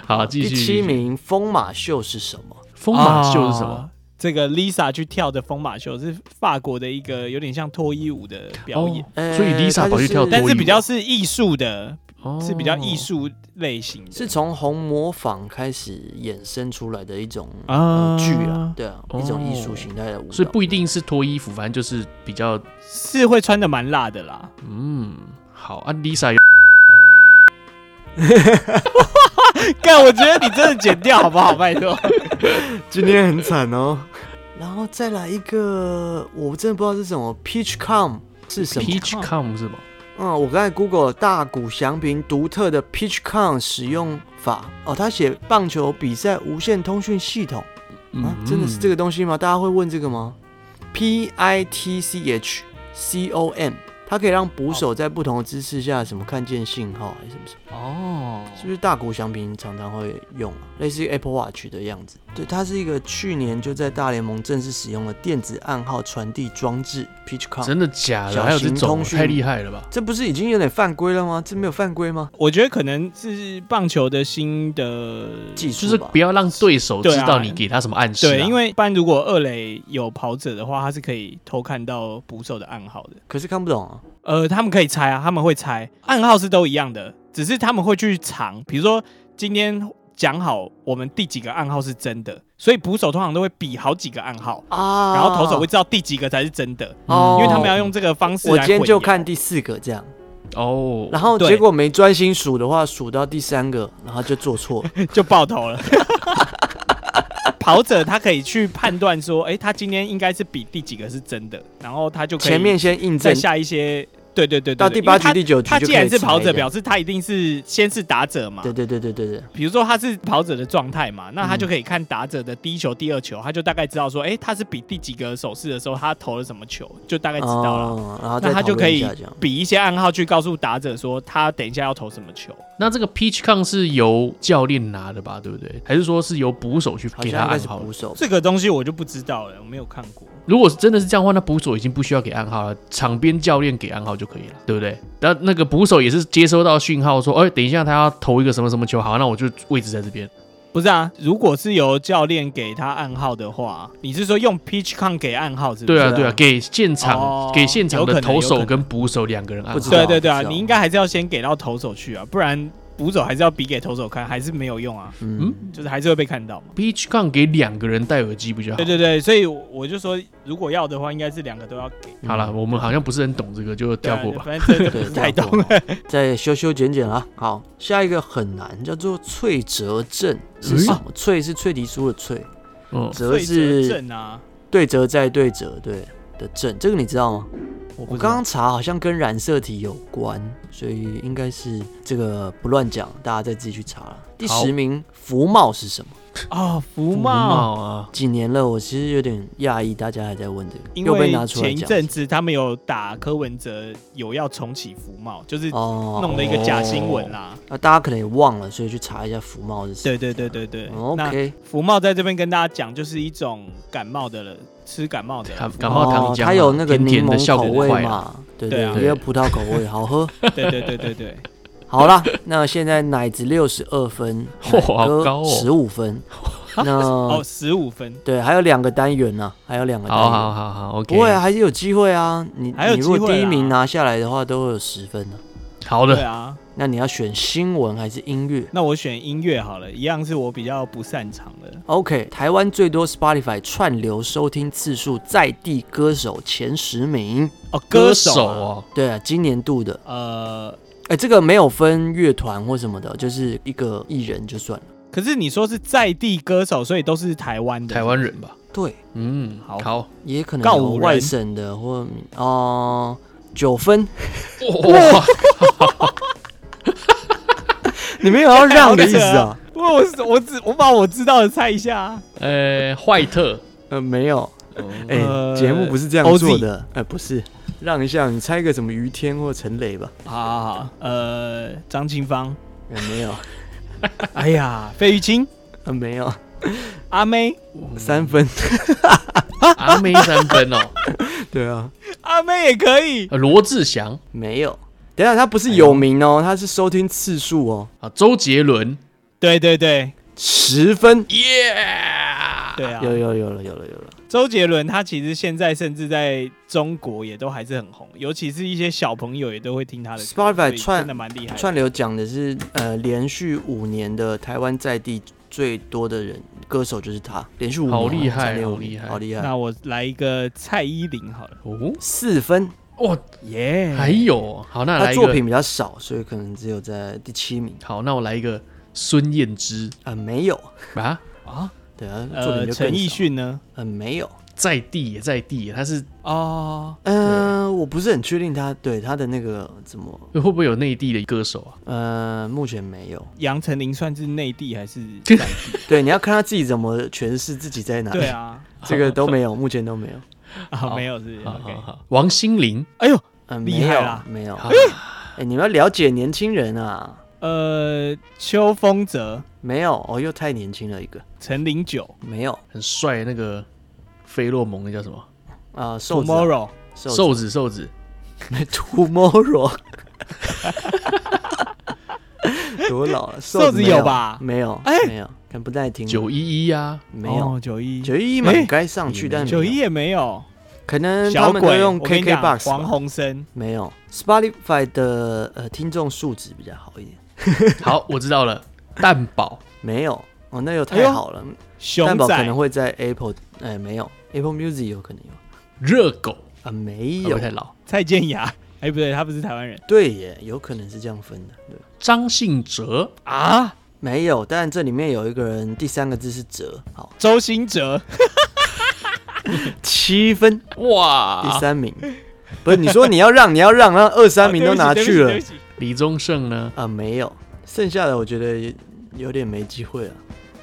Speaker 1: 好，继
Speaker 3: 第
Speaker 1: 续。
Speaker 3: 七名，疯马秀是什么？
Speaker 1: 疯马秀是什么？
Speaker 2: 啊？这个 Lisa 去跳的疯马秀，是法国的一个有点像脱衣舞的表演，
Speaker 1: 哦所以
Speaker 3: 呃
Speaker 1: Lisa
Speaker 3: 它
Speaker 1: 跑去
Speaker 3: 就是
Speaker 1: 跳脱衣舞，
Speaker 2: 但是比较是艺术的，
Speaker 1: 哦
Speaker 2: 是比较艺术类型的，
Speaker 3: 是从红模仿开始衍生出来的一种
Speaker 2: 啊
Speaker 3: 呃剧啊，对啊，一种艺
Speaker 1: 哦
Speaker 3: 术形态的舞蹈，
Speaker 1: 所以不一定是脱衣服，反正就是比较
Speaker 2: 是会穿的蛮辣的啦。
Speaker 1: 嗯好啊。Lisa 有
Speaker 2: 干，我觉得你真的剪掉好不好？拜托，
Speaker 3: 今天很惨哦。 然后再来一个，我真的不知道是什么，peach com 是什么？
Speaker 1: Peach Com 是吗？
Speaker 3: 嗯，我刚才 Google 了大谷翔平独特的 peach com 使用法哦，他写棒球比赛无线通讯系统
Speaker 1: 嗯
Speaker 3: 啊，真的是这
Speaker 1: 个
Speaker 3: 个东西吗？大家会问这个吗？P I T C H C O M，它可以让捕手在不同的姿势下什么看见信号还是什么什么。
Speaker 2: 哦，
Speaker 3: 是不是大谷翔平常常会用啊？类似于 Apple Watch 的样子。对，它是一个去年就在大联盟正式使用的电子暗号传递装置 Pitchcom。
Speaker 1: 真的假的？
Speaker 3: 小
Speaker 1: 还有这
Speaker 3: 型
Speaker 1: 种
Speaker 3: 通讯
Speaker 1: 太厉害了吧？
Speaker 3: 这不是已经有点犯规了吗？这没有犯规吗？
Speaker 2: 我觉得可能是棒球的新的
Speaker 3: 技术
Speaker 1: 就是
Speaker 3: 吧
Speaker 1: 不要让对手知道
Speaker 2: 对啊
Speaker 1: 你给他什么暗示啊、
Speaker 2: 对，因为一般如果二垒有跑者的话，他是可以偷看到捕手的暗号的。
Speaker 3: 可是看不懂啊。
Speaker 2: 呃，他们可以猜啊，他们会猜，暗号是都一样的，只是他们会去藏。比如说今天讲好我们第几个暗号是真的，所以捕手通常都会比好几个暗号，
Speaker 3: 啊
Speaker 2: 然后投手会知道第几个才是真的，
Speaker 3: 哦
Speaker 2: 因为他们要用这个方式
Speaker 3: 我
Speaker 2: 来
Speaker 3: 今天
Speaker 2: 混
Speaker 3: 就
Speaker 2: 淆
Speaker 3: 看第四个这样，
Speaker 1: 哦，
Speaker 3: 然后
Speaker 2: 对
Speaker 3: 结果没专心数的话，数到第三个，然后就 做错了。
Speaker 2: 就爆头了。跑者他可以去判断说，哎、他今天应该是比第几个是真的，然后他就可以
Speaker 3: 前面先印证
Speaker 2: 再，下一些，对对对对对
Speaker 3: 到第八
Speaker 2: 因为
Speaker 3: 局、
Speaker 2: 他
Speaker 3: 第九局
Speaker 2: 他
Speaker 3: 就
Speaker 2: 既
Speaker 3: 可
Speaker 2: 然
Speaker 3: 以
Speaker 2: 是跑
Speaker 3: 猜
Speaker 2: 者，
Speaker 3: 的
Speaker 2: 表示他一定是先是打者嘛
Speaker 3: 对。对对对对对，
Speaker 2: 比如说他是跑者的状态嘛，那他
Speaker 3: 嗯
Speaker 2: 就可以看打者的第一球、第二球，他就大概知道说，哎、他是比第几个手势的时候，他投了什么球，就大概知道了。
Speaker 3: 哦，然后
Speaker 2: 那
Speaker 3: 再
Speaker 2: 他就可
Speaker 3: 讨论一
Speaker 2: 以
Speaker 3: 下这样。
Speaker 2: 比一些暗号去告诉打者说，他等一下要投什么球。
Speaker 1: 那这个 Peach Con 是由教练拿的吧？对不对？还是说是由捕手去
Speaker 3: 好
Speaker 1: 给
Speaker 3: 像
Speaker 1: 他
Speaker 3: 应该
Speaker 1: 暗
Speaker 3: 是
Speaker 1: 号的？
Speaker 3: 捕手，
Speaker 2: 这个东西我就不知道了，我没有看过。
Speaker 1: 如果是真的是这样的话，那捕手已经不需要给暗号了，场边教练给暗号就可以了，对不对？那那个捕手也是接收到讯号说，哎、等一下他要投一个什么什么球，好，那我就位置在这边。
Speaker 2: 不是啊，如果是由教练给他暗号的话，你是说用 PitchCon 给暗号是不是？
Speaker 1: 对啊，
Speaker 3: 对啊
Speaker 1: 对啊，给现场、
Speaker 2: 哦
Speaker 1: 给现场
Speaker 2: 有可
Speaker 1: 的
Speaker 2: 能
Speaker 1: 投
Speaker 2: 有可
Speaker 1: 手
Speaker 2: 能
Speaker 1: 跟捕手两个人暗
Speaker 3: 不知
Speaker 1: 号
Speaker 3: 道。
Speaker 2: 对对对啊，
Speaker 3: 不知道
Speaker 2: 你应该还是要先给到投手去啊，不然捕手还是要比给投手看，还是没有用啊，
Speaker 3: 嗯，
Speaker 2: 就是还是会被看到嘛。
Speaker 1: Peach Con 给两个人戴耳机比较好。
Speaker 2: 对对对，所以我就说，如果要的话，应该是两个都要给。
Speaker 1: 好了，我们好像不是很懂这个，就
Speaker 2: 对
Speaker 1: 跳
Speaker 2: 啊
Speaker 1: 过吧。
Speaker 2: 反正 这个
Speaker 3: 嗯对，
Speaker 2: 不 太懂。
Speaker 3: 了，再修修剪剪啊。好，下一个很难，叫做脆折症
Speaker 2: 嗯
Speaker 3: 是什么？脆是脆皮酥的脆，
Speaker 1: 嗯，
Speaker 3: 折
Speaker 2: 最
Speaker 3: 是
Speaker 2: 正啊，
Speaker 3: 对折再对折，对的症，这个你知道吗？
Speaker 2: 我不
Speaker 3: 我
Speaker 2: 知道
Speaker 3: 刚刚查好像跟染色体有关，所以应该是这个不乱讲，大家再自己去查了。第
Speaker 1: 好
Speaker 3: 十名福茂是什么？
Speaker 2: 啊，福
Speaker 1: 福
Speaker 2: 茂，
Speaker 1: 茂啊，
Speaker 3: 几年了，我其实有点讶异，大家还在问这个，
Speaker 2: 因
Speaker 3: 又被
Speaker 2: 为
Speaker 3: 拿出来
Speaker 2: 前一
Speaker 3: 讲
Speaker 2: 阵子他们有打柯文哲，有要重启福茂，就是
Speaker 3: 哦
Speaker 2: 弄了一个假新闻啦。
Speaker 3: 那大家可能也忘了，所以去查一下福茂是什么。
Speaker 2: 对对对对对，那
Speaker 3: 哦 OK，
Speaker 2: 福茂在这边跟大家讲，就是一种感冒的人吃感冒的
Speaker 1: 感
Speaker 2: 福
Speaker 1: 感
Speaker 2: 茂
Speaker 1: 冒糖
Speaker 3: 哦
Speaker 1: 浆嘛，
Speaker 3: 它有那个
Speaker 1: 甜
Speaker 3: 柠
Speaker 1: 甜的
Speaker 3: 檬
Speaker 1: 效
Speaker 3: 口
Speaker 1: 果
Speaker 3: 味
Speaker 1: 快啊。
Speaker 3: 嘛，对
Speaker 2: 对啊
Speaker 3: 也有葡萄口味，好喝。
Speaker 2: 对对对对 对，
Speaker 3: 好啦，那现在奶子六十 二分，
Speaker 1: 嚯好高哦
Speaker 3: 十五 分。
Speaker 2: 哦，
Speaker 3: 那
Speaker 2: 十五分，
Speaker 3: 对，还有两个单元呢，还有两个单
Speaker 1: 好
Speaker 3: 元。
Speaker 1: 好好好，OK。
Speaker 3: 不会啊，还是有机会啊！你
Speaker 2: 还有
Speaker 3: 你如果
Speaker 2: 机会啦
Speaker 3: 第一名拿下来的话，都会有十分的、
Speaker 1: 好
Speaker 2: 对
Speaker 1: 的，
Speaker 2: 啊，
Speaker 3: 那你要选新闻还是音乐
Speaker 2: 那我选音乐好了，一样是我比较不擅长的。
Speaker 3: ？OK，台湾最多 Spotify 串流收听次数在地歌手前十名。
Speaker 2: 哦，
Speaker 1: 歌
Speaker 2: 手
Speaker 1: 手
Speaker 2: 啊，
Speaker 1: 哦，
Speaker 3: 对啊，今年度的，
Speaker 2: 呃，
Speaker 3: 哎，这个没有分乐团或什么的，就是一个艺人就算了。
Speaker 2: 可是你说是在地歌手，所以都是台湾的
Speaker 1: 台湾人吧？
Speaker 3: 对，
Speaker 1: 嗯，
Speaker 2: 好
Speaker 1: 好，
Speaker 3: 也可能
Speaker 2: 告
Speaker 3: 有
Speaker 2: 五人
Speaker 3: 外省的或哦九 分，
Speaker 1: 哇，
Speaker 3: 你没有要让的意思啊？
Speaker 2: 不，我我只我把我知道的猜一下啊。
Speaker 1: 呃，坏特，
Speaker 3: 呃，没有，哎、
Speaker 2: 呃
Speaker 3: 节目不是这样
Speaker 2: OZ
Speaker 3: 做的，呃，不是，让一下，你猜一个什么于天或陈磊吧？
Speaker 2: 好好好，呃，张清 芳，
Speaker 3: 呃，没有，
Speaker 2: 哎呀，费玉清，
Speaker 3: 呃，没有，
Speaker 2: 阿妹，
Speaker 1: 嗯
Speaker 3: 三分，
Speaker 1: 阿妹三分哦，
Speaker 3: 对 啊，
Speaker 2: 阿妹也可以。
Speaker 1: 呃罗志祥
Speaker 3: 没有。等一下，他不
Speaker 1: 哎
Speaker 3: 是有名哦，他是收听次数哦，
Speaker 1: 啊，周杰伦，
Speaker 2: 对对对
Speaker 3: 十分，
Speaker 1: 耶，
Speaker 2: 对啊，
Speaker 1: 哎
Speaker 3: 有有有了有了有了，
Speaker 2: 周杰伦他其实现在甚至在中国也都还是很红，尤其是一些小朋友也都会听他的歌。所
Speaker 3: Spotify
Speaker 2: 以
Speaker 3: 串
Speaker 2: 真的蛮厉害的，
Speaker 3: 串流讲的是呃连续五年的台湾在地最多的人歌手就是他，连续五年啊
Speaker 1: 好厉害
Speaker 3: 蝉联五
Speaker 1: 好厉
Speaker 3: 年
Speaker 1: 害
Speaker 3: 好厉害，
Speaker 2: 那我来一个蔡依林好了，
Speaker 1: 哦，
Speaker 3: 四分。
Speaker 1: 哇，
Speaker 2: 耶、
Speaker 1: 还有哦好，那
Speaker 3: 他
Speaker 1: 来一
Speaker 3: 作
Speaker 1: 个
Speaker 3: 品比较少，所以可能只有在第七名
Speaker 1: 好，那我来一个孙燕姿
Speaker 3: 啊，没有
Speaker 1: 啊，
Speaker 2: 啊，
Speaker 3: 对啊，作品
Speaker 2: 呃，
Speaker 3: 就
Speaker 2: 陈
Speaker 3: 更
Speaker 2: 奕
Speaker 3: 少
Speaker 2: 迅呢？
Speaker 3: 呃没有，
Speaker 1: 在地也在地耶，他是
Speaker 2: 哦，
Speaker 3: 呃，我不是很确定他对他的那个怎么
Speaker 1: 会不会有内地的歌手啊？
Speaker 3: 呃，目前没有。
Speaker 2: 杨丞琳算是内地还是？
Speaker 3: 对，你要看他自己怎么诠释自己在哪里。
Speaker 2: 对，啊，
Speaker 3: 这个都没有，目前都 没有。
Speaker 2: 啊，没有是不是
Speaker 1: 好好
Speaker 2: OK。
Speaker 1: 好，啊王心凌，
Speaker 2: 哎呦，
Speaker 3: 嗯，
Speaker 2: 厉
Speaker 3: 没有
Speaker 2: 害啦啊
Speaker 3: 没有。
Speaker 1: 好
Speaker 3: 哎、你们要了解年轻人啊，
Speaker 2: 呃，秋风泽、
Speaker 3: 没有哦，又太年轻了一个，
Speaker 2: 陈零九、
Speaker 3: 没有
Speaker 1: 很帅的那个费洛蒙那叫什么？
Speaker 3: 啊，瘦子啊
Speaker 2: Tomorrow，
Speaker 3: 瘦子
Speaker 1: 瘦子瘦子，
Speaker 3: tomorrow，多老 了，
Speaker 2: 瘦子
Speaker 3: 没有
Speaker 2: 有吧
Speaker 3: 没有，
Speaker 2: 哎
Speaker 3: 没有，看不太听，
Speaker 1: 九一一啊呀，
Speaker 3: 没有，
Speaker 2: 哦九一
Speaker 3: 九一一
Speaker 2: 哎
Speaker 3: 蛮该上去，
Speaker 1: 也
Speaker 3: 但
Speaker 1: 没
Speaker 3: 没
Speaker 2: 九
Speaker 3: 有
Speaker 2: 一也没有，
Speaker 3: 可能他
Speaker 2: 小
Speaker 3: 们都
Speaker 2: 鬼
Speaker 3: 用
Speaker 2: 我跟你讲
Speaker 3: KKBox
Speaker 2: 黄
Speaker 3: 吧
Speaker 2: 鸿升，
Speaker 3: 没有 Spotify 的呃听众数值比较好一点，
Speaker 1: 好，我知道了，蛋堡，
Speaker 3: 没有哦，那又
Speaker 2: 哎
Speaker 3: 太
Speaker 2: 呦
Speaker 3: 好了，蛋
Speaker 2: 熊
Speaker 3: 宝可能
Speaker 2: 仔
Speaker 3: 会在 Apple，哎、没有 Apple Music 有可能有
Speaker 1: 热狗，
Speaker 3: 啊，没
Speaker 1: 会不
Speaker 3: 有
Speaker 1: 会，太老？
Speaker 2: 蔡健雅，哎不对，他不是台湾人
Speaker 3: 对耶，有可能是这样分的，对，
Speaker 1: 张信哲，
Speaker 2: 啊，
Speaker 3: 没有，但这里面有一个人，第三个字是哲，好，
Speaker 2: 周兴哲，
Speaker 3: 七分，第
Speaker 2: 啊
Speaker 1: 哇，
Speaker 3: 三名，不是你说你 要让，你要让，让二三名都拿去
Speaker 2: 啊对
Speaker 3: 了
Speaker 2: 不起对不起对不
Speaker 1: 李宗盛呢？
Speaker 3: 啊，没有，剩下的我觉得有有点没机会了，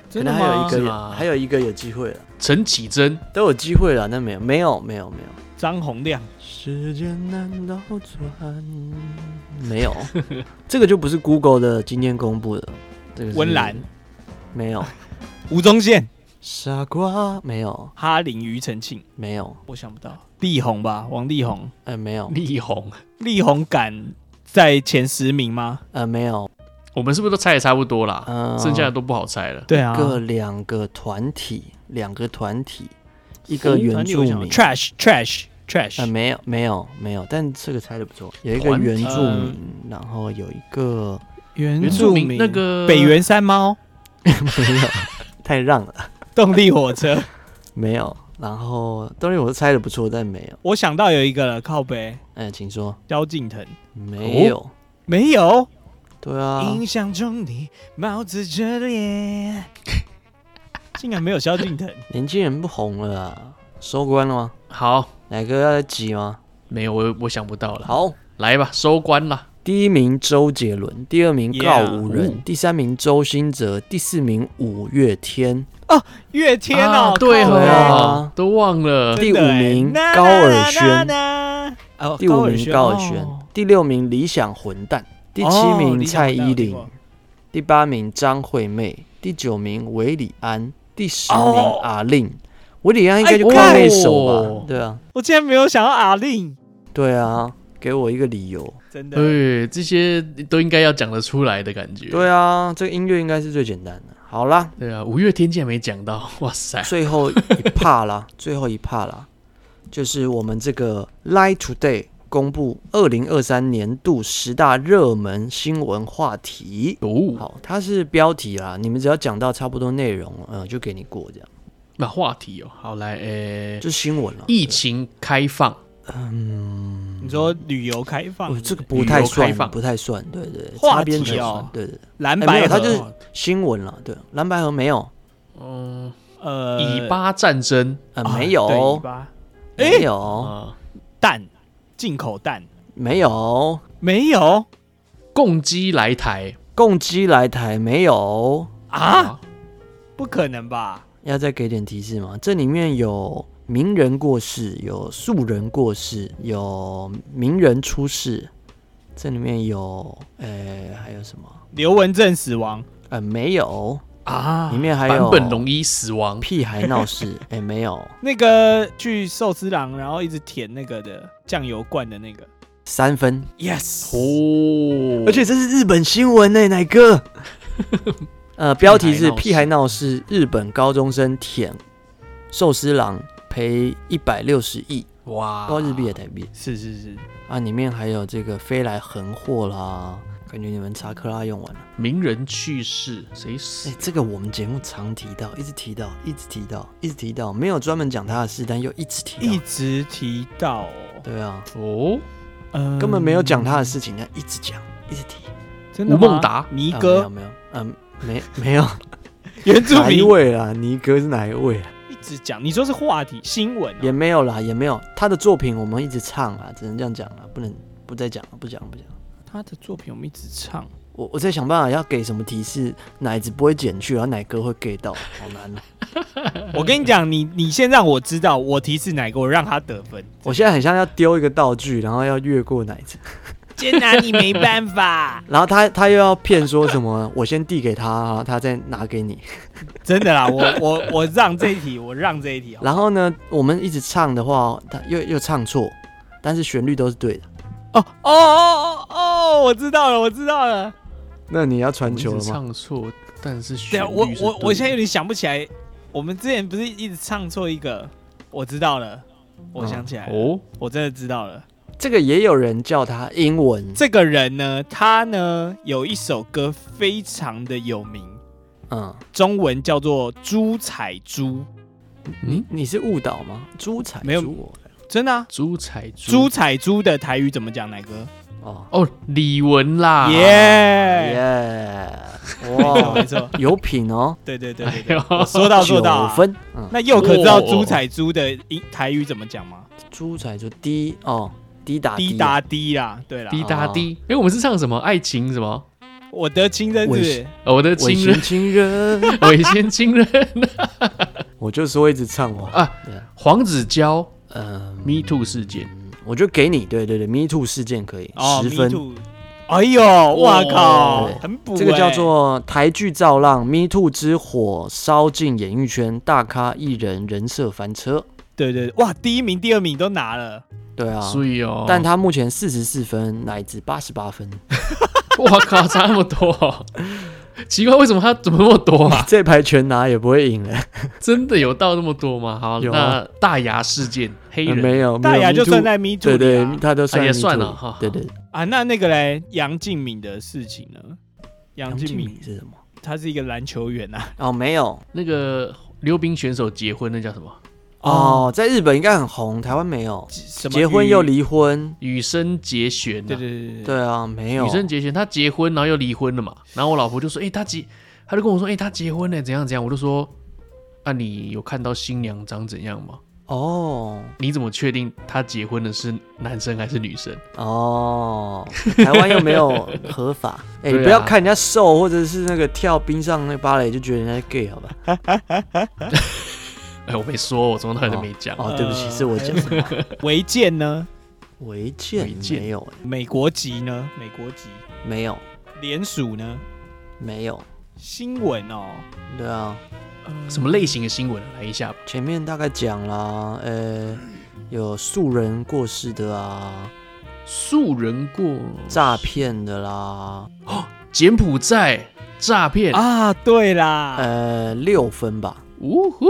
Speaker 2: 起
Speaker 3: 可
Speaker 2: 真的
Speaker 3: 能还有
Speaker 2: 吗
Speaker 3: 一
Speaker 1: 是
Speaker 3: 个有，
Speaker 1: 吗
Speaker 3: 还有一个有机会了，啊
Speaker 1: 陈绮贞，
Speaker 3: 都有机会了，那没有，没有，没有，没有。
Speaker 2: 张洪亮，
Speaker 3: 时间难倒转，没有，这个就不是 Google 的今天公布的。这个是
Speaker 2: 温岚
Speaker 3: 没有，
Speaker 2: 吴宗宪、
Speaker 3: 傻瓜没有
Speaker 2: 哈林、庾澄庆，
Speaker 3: 没有，
Speaker 2: 我想不到，力宏吧，王力宏，
Speaker 3: 呃没有，
Speaker 1: 力宏，
Speaker 2: 力宏敢在前十名吗？
Speaker 3: 呃没有，
Speaker 1: 我们是不是都猜的差不多啦？
Speaker 3: 呃
Speaker 1: 剩下的都不好猜了。
Speaker 2: 对啊
Speaker 3: 各两个团体，两个团体，一个原住
Speaker 2: 哦
Speaker 3: 民，
Speaker 2: ，Trash Trash Trash，
Speaker 3: 呃没有没有没有，但这个猜的不错，有一个
Speaker 1: 团体
Speaker 3: 原住民，然后有一个
Speaker 2: 原
Speaker 1: 原住民那个
Speaker 2: 北原山猫、
Speaker 3: 没有，太让了，
Speaker 2: 动力火车，
Speaker 3: 没有，然后当然我猜的不错，但没有，
Speaker 2: 我想到有一个了，靠北，
Speaker 3: 哎、请说。
Speaker 2: 萧敬腾，
Speaker 3: 没有，
Speaker 2: 没有。
Speaker 3: 对啊，
Speaker 2: 印象中你帽子遮脸，竟然没有萧敬腾，
Speaker 3: 年轻人不红了啊，收官了吗？
Speaker 1: 好，
Speaker 3: 哪个要挤吗？
Speaker 1: 没有我我想不到了。，
Speaker 3: 好，
Speaker 1: 来吧，收官啦。
Speaker 3: 第一名周杰伦，第二名
Speaker 2: Yeah
Speaker 3: 告五人
Speaker 1: 哦
Speaker 3: 第三名周兴哲，第四名五月天，
Speaker 2: 月天哦
Speaker 1: 啊，对
Speaker 2: 靠
Speaker 3: 对
Speaker 1: 哦
Speaker 3: 啊，
Speaker 1: 都忘了
Speaker 3: 第五
Speaker 2: 真
Speaker 3: 名
Speaker 2: 的欸
Speaker 3: 高尔宣
Speaker 2: 呐呐哦
Speaker 3: 第五名高尔宣
Speaker 2: 哦，
Speaker 3: 第六名理想混蛋，第七名蔡依林，
Speaker 2: 哦
Speaker 3: 第八名张惠妹，第九名韦礼安，第十名
Speaker 2: 哦
Speaker 3: 阿令。韦礼安应该就
Speaker 2: 哎
Speaker 3: 靠那
Speaker 1: 哦
Speaker 3: 首吧？对啊，
Speaker 2: 我竟然没有想到阿令，
Speaker 3: 对啊，给我一个理由。
Speaker 2: 真的。
Speaker 1: 对，哎这些都应该要讲得出来的感觉。
Speaker 3: 对啊，这个音乐应该是最简单的。好啦，
Speaker 1: 对啊，五月天竟然没讲到， 哇
Speaker 2: 哎
Speaker 1: 塞！
Speaker 3: 最后一帕 啦，最后一帕啦，就是我们这个 Lie Today 公布二零二三年度十大热门新闻话题。
Speaker 1: 哦，
Speaker 3: 好，它是标题啦，你们只要讲到差不多内容，嗯，就给你过这样，
Speaker 1: 那话题哦，好来，
Speaker 2: 哎
Speaker 1: 诶、
Speaker 3: 就是新闻了。啊
Speaker 1: 疫情开放，
Speaker 2: 你说旅游开放
Speaker 3: 哦，，这个
Speaker 1: 旅
Speaker 3: 不
Speaker 1: 游
Speaker 3: 太
Speaker 1: 开
Speaker 3: 算，
Speaker 1: 放
Speaker 3: 不太算，对对，对
Speaker 2: 话
Speaker 3: 擦边
Speaker 2: 题
Speaker 3: 球
Speaker 2: 哦
Speaker 3: 算对对，对
Speaker 2: 蓝
Speaker 3: 哎没
Speaker 2: 白
Speaker 3: 有
Speaker 2: 河
Speaker 3: 它就是新闻了，对，蓝白河没有，
Speaker 1: 嗯，
Speaker 2: 呃
Speaker 1: 以巴战争
Speaker 3: 呃，
Speaker 2: 啊
Speaker 3: 没
Speaker 2: 对
Speaker 3: 有
Speaker 2: 以，巴
Speaker 3: 没
Speaker 1: 啊、
Speaker 3: 有，
Speaker 2: 蛋进口蛋
Speaker 3: 没有，
Speaker 2: 没有
Speaker 1: 共机来台
Speaker 3: 共机来台没有，
Speaker 2: 啊？，不可能吧？
Speaker 3: 要再给点提示吗？这里面有名人过世，有素人过世，有名人出世，这里面有，呃、还有什么？
Speaker 2: 刘文正死亡
Speaker 3: 呃，没有，
Speaker 2: 啊
Speaker 3: 里面还有
Speaker 1: 版本龙一死亡，
Speaker 3: 屁孩闹事，哎、没有，
Speaker 2: 那个去寿司郎，然后一直舔那个的酱油罐的那个
Speaker 3: 三分，
Speaker 2: ，yes，
Speaker 1: 哦，
Speaker 3: 而且这是日本新闻呢、奶哥。 呃，标题是“
Speaker 1: 屁
Speaker 3: 屁
Speaker 1: 孩
Speaker 3: 孩
Speaker 1: 闹
Speaker 3: 闹事”，日本高中生舔寿司郎赔一百六十亿，
Speaker 1: 哇
Speaker 3: 包括日币也台币
Speaker 2: 是是是，
Speaker 3: 啊，里面还有这个飞来横祸啦，感觉你们查克拉用完了。
Speaker 1: 名人去世，谁
Speaker 3: 哎、
Speaker 1: 死？
Speaker 3: 这个我们节目常提到，一直提到，一直提到，一直提到，没有专门讲他的事，但又一直提
Speaker 2: 一
Speaker 3: 到。
Speaker 2: 直提到，
Speaker 3: 对啊，
Speaker 1: 哦，
Speaker 2: 嗯，
Speaker 3: 根本没有讲他的事情，但一直讲，一直提。
Speaker 2: 真的吗
Speaker 1: 吴孟达
Speaker 2: 尼
Speaker 3: 啊
Speaker 2: 哥，
Speaker 3: 没有没有，嗯、没 没有
Speaker 2: 原住
Speaker 3: 哪一
Speaker 2: 民
Speaker 3: 位啦？尼哥是哪一位啊？
Speaker 2: 一直讲，你说是话题新闻哦
Speaker 3: 也没有啦，也没有。他的作品我们一直唱啊，只能这样讲了，不能不再讲了，不讲了不讲了。
Speaker 2: 他的作品我们一直唱，
Speaker 3: 我我在想办法要给什么提示，奶子不会剪去，然后奶哥会 get 到，好难哦。
Speaker 2: 我跟你讲，你你先让我知道，我提示哪个，我让他得分。
Speaker 3: 我现在很像要丢一个道具，然后要越过奶子，
Speaker 2: 真拿你没办法，
Speaker 3: 然后他他又要骗说什么，我先递给他，然后他再拿给你。
Speaker 2: 真的啦，我我我让这一题，我让这一题好。哦
Speaker 3: 然后呢，我们一直唱的话，他又又唱错，但是旋律都是对的。
Speaker 2: 哦哦哦哦哦，我知道了，我知道了。
Speaker 3: 那你要传球
Speaker 1: 我一
Speaker 3: 了
Speaker 1: 直
Speaker 3: 吗？
Speaker 1: 唱错，但是
Speaker 2: 对
Speaker 1: 旋
Speaker 2: 啊，
Speaker 1: 律
Speaker 2: 我
Speaker 1: 是
Speaker 2: 我
Speaker 1: 对
Speaker 2: 我现在有
Speaker 1: 的
Speaker 2: 点想不起来，我们之前不是一直唱错一个？我知道了，我想起来了，
Speaker 1: 哦，
Speaker 2: 我真的知道了。
Speaker 3: 这个也有人叫他英文，
Speaker 2: 这个人呢，他呢有一首歌非常的有名，
Speaker 3: 嗯，
Speaker 2: 中文叫做《朱彩珠
Speaker 1: 嗯，
Speaker 3: 你是误导吗？猪彩
Speaker 2: 没有
Speaker 3: 猪我》，
Speaker 2: 真的啊。
Speaker 1: 朱彩珠
Speaker 2: 朱彩珠的台语怎么讲？奶哥？
Speaker 3: 哦，
Speaker 1: 哦，李玟
Speaker 3: 啊
Speaker 1: 啦，
Speaker 2: 耶，
Speaker 3: 耶，
Speaker 2: 没错没
Speaker 3: 哇，
Speaker 2: 错，
Speaker 3: 有品哦，
Speaker 2: 对对对对
Speaker 1: 哎
Speaker 2: 对，
Speaker 1: 呦，
Speaker 2: 我说到做到
Speaker 3: 九
Speaker 2: 啊。
Speaker 3: 分，嗯，
Speaker 2: 那又可知道朱彩珠的英台语怎么讲吗？
Speaker 3: 猪彩就滴哦，滴答
Speaker 2: 滴
Speaker 3: 啊
Speaker 2: 答滴啦，对啦，
Speaker 1: 滴答滴，哎，我们是唱什么爱情什么？
Speaker 2: 我的亲生
Speaker 3: 我
Speaker 2: 子
Speaker 3: 是，
Speaker 1: 哦我的
Speaker 3: 伪
Speaker 1: 亲
Speaker 3: 型
Speaker 1: 人，
Speaker 3: 情人，
Speaker 1: 我以前亲人
Speaker 3: 我就说一直唱我，
Speaker 1: 啊
Speaker 3: 对啊，
Speaker 1: 黄子佼
Speaker 3: 嗯，
Speaker 1: Me Too 事件，
Speaker 3: 我就给你，对对对，Me Too 事件可以
Speaker 2: 哦
Speaker 3: 十
Speaker 2: ，me
Speaker 3: 分，
Speaker 2: too，哎呦，哇靠
Speaker 3: 对，
Speaker 2: 很补欸，
Speaker 3: 这个叫做台剧造浪，Me Too 之火烧尽演艺圈，大咖艺人人设翻车，
Speaker 2: 对对，对哇，第一名、第二名都拿了，
Speaker 3: 对啊，
Speaker 1: 所以哦，
Speaker 3: 但他目前四十四分，乃至八十八分，
Speaker 1: 我靠，差那么多哦，奇怪，为什么他怎么那么多啊？
Speaker 3: 这排全拿也不会赢了。
Speaker 1: 真的有到那么多吗？好，
Speaker 3: 有
Speaker 1: 那
Speaker 3: 啊呃
Speaker 1: 大牙事件，黑人
Speaker 3: 没有，
Speaker 2: 大
Speaker 3: 没有
Speaker 2: 牙就
Speaker 3: Me Too-
Speaker 2: 算在 me too
Speaker 3: 对
Speaker 2: 里
Speaker 3: 对
Speaker 2: 啊，
Speaker 3: 他都算
Speaker 1: 啊也
Speaker 3: Me
Speaker 1: 算
Speaker 3: Too
Speaker 1: 了哈
Speaker 3: 对对。
Speaker 2: 啊，那那个嘞，杨敬敏的事情呢？杨
Speaker 3: 杨
Speaker 2: 敬
Speaker 3: 敬
Speaker 2: 敏
Speaker 3: 敏是什么？
Speaker 2: 他是一个篮球员啊，
Speaker 3: 哦，没有
Speaker 1: 那个溜冰选手结婚，那叫什么？
Speaker 3: 哦，在日本应该很红，台湾没有。
Speaker 2: 什么
Speaker 3: 结婚
Speaker 2: 与
Speaker 3: 又，离婚，
Speaker 1: 羽生结弦、啊，
Speaker 2: 对对对对对，
Speaker 3: 对啊，没有
Speaker 1: 羽。生结弦，他结婚然后又离婚了嘛。然后我老婆就说：“哎、他结，他就跟我说：‘哎、他结婚了，怎样怎样。’我就说：‘啊，你有看到新娘长怎样吗？
Speaker 3: 哦
Speaker 1: 你怎么确定他结婚的是男生还是女生？
Speaker 3: 哦，台湾又没有 合法。哎，你
Speaker 1: 对啊
Speaker 3: 不要看人家瘦，或者是那个跳冰上那芭蕾就觉得人家是 gay 好吧？
Speaker 1: 哎、我没说，我从头到尾都没讲。
Speaker 3: 哦，对不起，
Speaker 2: 呃
Speaker 3: 是我讲什么？
Speaker 2: 违建呢？
Speaker 3: 违建
Speaker 1: 违建
Speaker 3: 没有，哎
Speaker 2: 美国籍呢？美国籍
Speaker 3: 没有，
Speaker 2: 联署呢？
Speaker 3: 没有。
Speaker 2: 新闻哦，
Speaker 3: 对啊，
Speaker 2: 呃
Speaker 1: 什么类型的新闻？来一下，
Speaker 3: 前面大概讲啦，呃，有素人过世的啊，
Speaker 1: 素人过
Speaker 3: 诈骗的啦，
Speaker 1: 柬埔寨诈骗，
Speaker 2: 啊？对啦，
Speaker 3: 呃，六分吧，
Speaker 1: 呜呼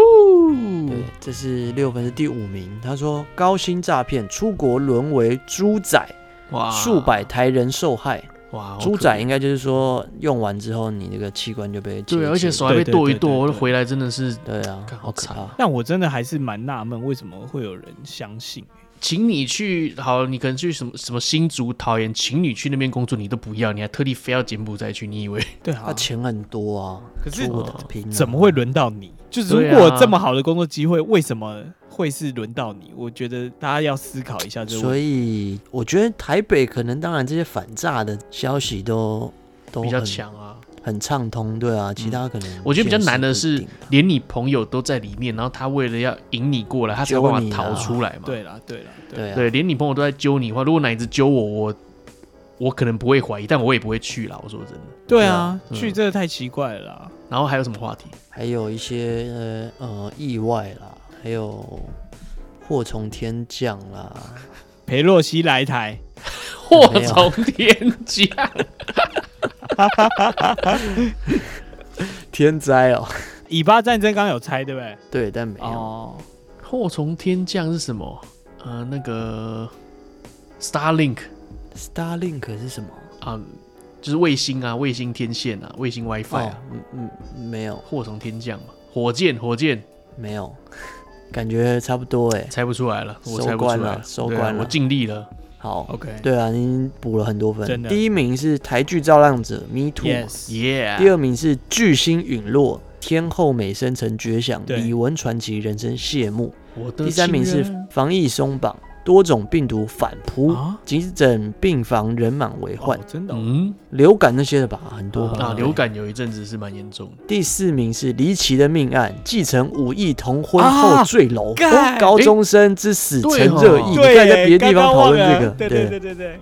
Speaker 3: 对，，这是六分是第五名。他说高薪诈骗，出国沦为猪仔，
Speaker 1: 哇，
Speaker 3: 数百台人受害。
Speaker 1: 哇，
Speaker 3: 猪
Speaker 1: 仔。
Speaker 3: 仔应该就是说用完之后，你这个器官就被
Speaker 1: 对，啊
Speaker 3: 切
Speaker 1: 而且
Speaker 3: 切
Speaker 1: 手还被
Speaker 2: 对对
Speaker 1: 剁一
Speaker 2: 对对
Speaker 1: 剁，
Speaker 2: 对
Speaker 1: 回来真的是，
Speaker 3: 对啊
Speaker 1: 干，好
Speaker 3: 好可
Speaker 1: 惨
Speaker 3: 怕。
Speaker 2: 但我真的还是蛮纳闷，为什么会有人相信？
Speaker 1: 请你去，好，你可能去什么什么新竹、桃园，请你去那边工作，你都不要，你还特地非要柬埔寨去，你以为？
Speaker 2: 对啊
Speaker 3: 他，钱很多啊，
Speaker 2: 可是
Speaker 3: 出国
Speaker 1: 哦
Speaker 3: 打拼啊
Speaker 2: 怎么会轮到你？就是
Speaker 1: 对啊
Speaker 2: 如果这么好的工作机会，为什么会是轮到你？我觉得大家要思考一下这个
Speaker 3: 所
Speaker 2: 问题。
Speaker 3: 以我觉得台北可能当然这些反诈的消息都都
Speaker 1: 比较
Speaker 3: 很
Speaker 1: 强啊！
Speaker 3: 很畅通，对啊，其他可能
Speaker 1: 我觉得比较难的
Speaker 3: 见识
Speaker 1: 是
Speaker 3: 不一定，
Speaker 1: 连你朋友都在里面，然后他为了要引你过来，他才有
Speaker 3: 揪
Speaker 1: 办法
Speaker 3: 你啊
Speaker 1: 逃出来嘛。
Speaker 2: 对啦，对啦，对啦，
Speaker 3: 对啊，
Speaker 1: 对，连你朋友都在揪你的话，如果哪一只揪我，我我可能不会怀疑，但我也不会去啦。我说真的。
Speaker 2: 对啊，
Speaker 1: 嗯
Speaker 2: 去这个太奇怪了啦。
Speaker 1: 然后还有什么话题？
Speaker 3: 还有一些呃呃意外啦，还有祸从天降啦，
Speaker 2: 裴洛西来台，
Speaker 1: 祸从天降，
Speaker 3: 天灾哦，
Speaker 1: 哦
Speaker 2: 以巴战争刚刚有猜对不对？
Speaker 3: 对，但没有，
Speaker 2: 哦，
Speaker 1: 祸从天降是什么？呃，那个 Starlink
Speaker 3: Starlink 是什么？
Speaker 1: 啊、就是卫星啊，卫星天线啊，卫星 WiFi
Speaker 3: 哦
Speaker 1: 啊，，
Speaker 3: 嗯嗯，没有
Speaker 1: 祸从天降嘛。火箭，火箭，
Speaker 3: 没有， 感觉差不多哎。
Speaker 1: 猜不出来了，我猜
Speaker 3: 收
Speaker 1: 不
Speaker 3: 官
Speaker 1: 出来
Speaker 3: 了收
Speaker 1: 对啊
Speaker 3: 官了
Speaker 1: 我尽力了。
Speaker 3: 好，
Speaker 2: OK，
Speaker 3: 对啊，您补了很多分
Speaker 2: 真。的
Speaker 3: 第一名是台剧《造浪者》Me Too，嘛
Speaker 2: Yes，
Speaker 1: Yeah，
Speaker 3: 第二名是巨星陨落，天后美声成绝响，
Speaker 2: 对
Speaker 3: 李玟传奇人生谢幕。
Speaker 1: 我的
Speaker 3: 第三名是
Speaker 1: 情人
Speaker 3: 防疫松绑，多种病毒反扑，
Speaker 2: 啊，
Speaker 3: 急诊病房人满为患
Speaker 2: 哦，真的哦
Speaker 1: 嗯
Speaker 3: 流感那些的吧，很多吧
Speaker 1: 啊，
Speaker 3: 对
Speaker 1: 流感有一阵子是蛮严重的。
Speaker 3: 第四名是离奇的命案，继承五亿同婚后坠楼，
Speaker 2: 啊
Speaker 3: 哦
Speaker 2: 干
Speaker 3: 高中生之死成
Speaker 1: 对哦
Speaker 3: 热议。你
Speaker 2: 对
Speaker 3: 看在
Speaker 2: 耶
Speaker 3: 别的
Speaker 2: 刚
Speaker 3: 地方
Speaker 2: 刚
Speaker 3: 讨
Speaker 2: 忘
Speaker 3: 论
Speaker 2: 了
Speaker 3: 这个，
Speaker 2: 对对对对对，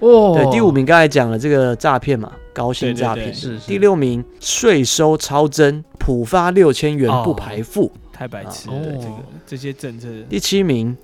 Speaker 1: 哦
Speaker 3: 对，第五名刚才讲了这个诈骗嘛，高薪诈骗
Speaker 2: 对对
Speaker 1: 对是是
Speaker 3: 第六名税收超征，普发六千元
Speaker 2: 哦
Speaker 3: 不排付。
Speaker 2: 太白痴
Speaker 1: 哦
Speaker 2: 了，这个这些政策，
Speaker 3: 第七名，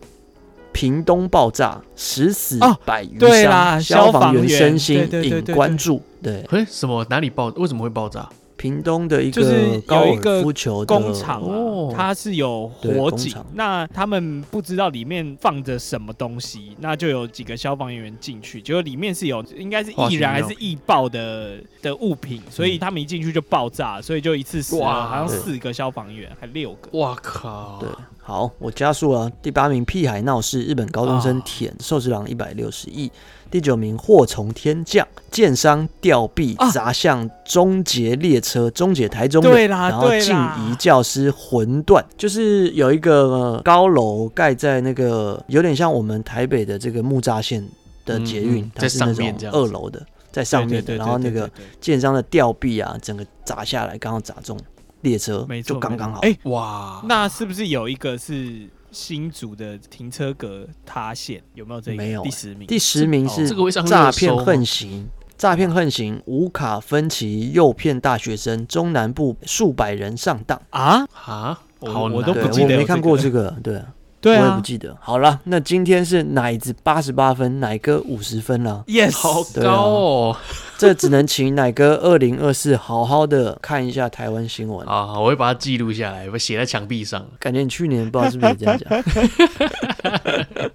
Speaker 3: 屏东爆炸，十死
Speaker 2: 哦
Speaker 3: 百余伤、
Speaker 2: 对啦
Speaker 3: 消
Speaker 2: 消防
Speaker 3: 员
Speaker 2: 员
Speaker 3: 身心
Speaker 2: 对对对对
Speaker 3: 引
Speaker 2: 对
Speaker 3: 关注。对，
Speaker 1: 哎，什么哪里爆？为什么会爆炸？
Speaker 3: 屏东的一
Speaker 2: 就
Speaker 3: 个
Speaker 2: 是
Speaker 3: 高
Speaker 2: 有一
Speaker 3: 尔
Speaker 2: 个
Speaker 3: 夫球的
Speaker 2: 工厂
Speaker 1: 哦
Speaker 2: 啊，它是有
Speaker 3: 对
Speaker 2: 火
Speaker 3: 工
Speaker 2: 警
Speaker 3: 厂，
Speaker 2: 那他们不知道里面放着什么东西，那就有几个消防员进去，结果里面是有应该是
Speaker 1: 化
Speaker 2: 易
Speaker 1: 学
Speaker 2: 燃还
Speaker 1: 药
Speaker 2: 是易爆的的物品，所
Speaker 3: 嗯
Speaker 2: 以他们一进去就爆炸，所以就一次死
Speaker 1: 哇
Speaker 2: 了，好像
Speaker 3: 对
Speaker 2: 四个消防员还六个，
Speaker 1: 哇靠！
Speaker 3: 对，好，我加速了。第八名，屁孩闹事，日本高中生
Speaker 2: 啊
Speaker 3: 舔寿司郎一百六十亿。第九名，祸从天降，建商吊臂
Speaker 2: 啊
Speaker 3: 砸向终结列车，终结台中人
Speaker 2: 对啦
Speaker 3: 然后
Speaker 2: 对
Speaker 3: 静
Speaker 2: 啦
Speaker 3: 怡教师魂断，就是有一个、呃高楼盖在那个有点像我们台北的这个木栅线的捷运，
Speaker 1: 嗯嗯
Speaker 3: 它是那
Speaker 1: 在上面
Speaker 3: 种
Speaker 1: 这样子
Speaker 3: 二楼的，在上面的，
Speaker 2: 对对对
Speaker 3: 然后那
Speaker 2: 对对
Speaker 3: 个
Speaker 2: 对对
Speaker 3: 建商的吊臂啊，整个砸下来，刚好砸中列车，
Speaker 2: 没
Speaker 3: 就
Speaker 2: 错，
Speaker 3: 刚刚
Speaker 2: 没
Speaker 3: 好
Speaker 2: 错。哎、
Speaker 1: 哇，
Speaker 2: 那是不是有一个是新竹的停车格塌陷？有没有这一个？
Speaker 3: 没有
Speaker 2: 第
Speaker 3: 欸
Speaker 2: 十名。
Speaker 3: 第十名
Speaker 1: 哦
Speaker 3: 是
Speaker 1: 这个会上热搜
Speaker 3: 诈
Speaker 1: 吗
Speaker 3: 骗横行，诈骗横行，无卡分期诱骗大学生，中南部数百人上当。
Speaker 2: 啊，
Speaker 1: 啊，
Speaker 2: 我
Speaker 1: 好
Speaker 2: 我
Speaker 1: 难
Speaker 2: 都不
Speaker 3: 对，
Speaker 2: 记
Speaker 3: 我
Speaker 2: 得有
Speaker 3: 没
Speaker 2: 这
Speaker 3: 看过
Speaker 2: 个
Speaker 3: 这个， 对，
Speaker 2: 对
Speaker 3: 我也不
Speaker 2: 啊。
Speaker 3: 记得。好了，那今天是奶子八十八分，奶哥五十分啦
Speaker 2: ，yes，
Speaker 1: 好
Speaker 3: 对啊
Speaker 1: 高哦！
Speaker 3: 这只能请奶哥二零二四好好的看一下台湾新闻。
Speaker 1: 啊，好我会把它记录下来，我写在墙壁上。
Speaker 3: 感觉你去年不知道是不是也这样讲，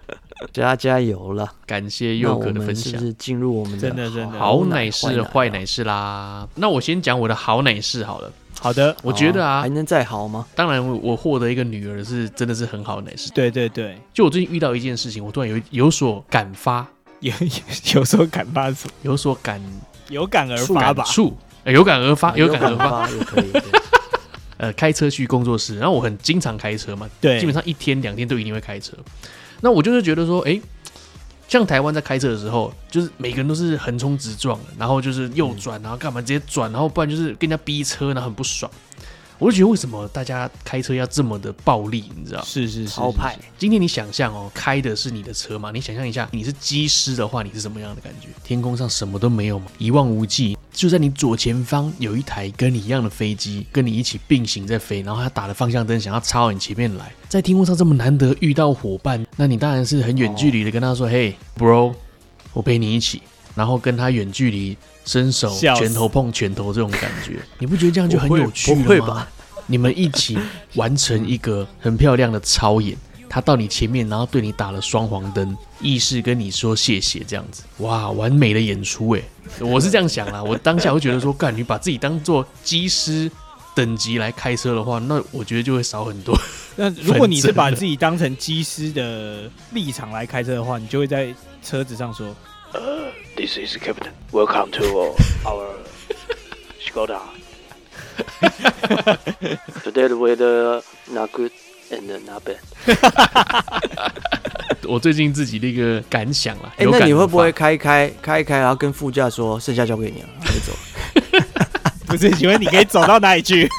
Speaker 3: 加加油了。
Speaker 1: 感谢
Speaker 3: 那
Speaker 1: 佑
Speaker 3: 我
Speaker 1: 哥的
Speaker 3: 们
Speaker 1: 分
Speaker 3: 是不
Speaker 1: 享。
Speaker 3: 是进入我们
Speaker 2: 真的真的
Speaker 1: 嗯好
Speaker 3: 奶啊
Speaker 1: 奶啊事、坏
Speaker 3: 奶
Speaker 1: 奶事啦。那我先讲我的好奶事好了。
Speaker 2: 好的，
Speaker 1: 我觉得
Speaker 3: 好
Speaker 1: 啊
Speaker 3: 哦还，能再好吗？
Speaker 1: 当然我我获得一个女儿是真的是很好的奶事。
Speaker 2: 对对对，
Speaker 1: 就我最近遇到一件事情，我突然有有所感发，
Speaker 2: 有 有有时候感发出
Speaker 1: 有所感
Speaker 2: 有感而
Speaker 1: 触
Speaker 2: 发吧
Speaker 1: 感，触，呃有感而发，
Speaker 3: 啊
Speaker 1: 有感而发。
Speaker 3: 发也 可以。对
Speaker 1: 呃，开车去工作室，然后我很经常开车嘛，
Speaker 2: 对，
Speaker 1: 基本上一天两天都一定会开车。那我就是觉得说，诶，像台湾在开车的时候，就是每个人都是横冲直撞，然后就是右转，然后干嘛直接转，然后不然就是跟人家逼车，然后很不爽。我就觉得为什么大家开车要这么的暴力，你知道？
Speaker 2: 是是是
Speaker 3: 超派，
Speaker 1: 今天你想象哦，开的是你的车嘛？你想象一下，你是机师的话，你是什么样的感觉？天空上什么都没有嘛，一望无际。就在你左前方有一台跟你一样的飞机，跟你一起并行在飞，然后它打了方向灯，想要插到你前面来。在天空上这么难得遇到伙伴，那你当然是很远距离的跟他说：“嘿，bro，我陪你一起。”然后跟他远距离伸手
Speaker 2: 笑死
Speaker 1: 拳头碰拳头这种感觉，你不觉得这样就很
Speaker 3: 不会
Speaker 1: 有趣了吗？
Speaker 3: 不会吧
Speaker 1: 你们一起完成一个很漂亮的操演。他到你前面，然后对你打了双黄灯，意识跟你说谢谢，这样子，哇，完美的演出哎！我是这样想啦，我当下会觉得说，干，你把自己当做机师等级来开车的话，那我觉得就会少很多。
Speaker 2: 那如果你是
Speaker 1: 反正
Speaker 2: 把自己当成机师的立场来开车的话，你就会在车子上说
Speaker 4: This is Captain. Welcome to our Skoda. Today the weather not good and not bad.
Speaker 1: 我最近自己的一个感想啦，
Speaker 3: 哎、
Speaker 1: 有
Speaker 3: 那
Speaker 1: 感
Speaker 3: 你
Speaker 1: 而
Speaker 3: 会不会
Speaker 1: 发
Speaker 3: 开一开开一开，然后跟副驾说剩下交给你了，然后就 走？
Speaker 2: 不是，请问你可以走到哪里去？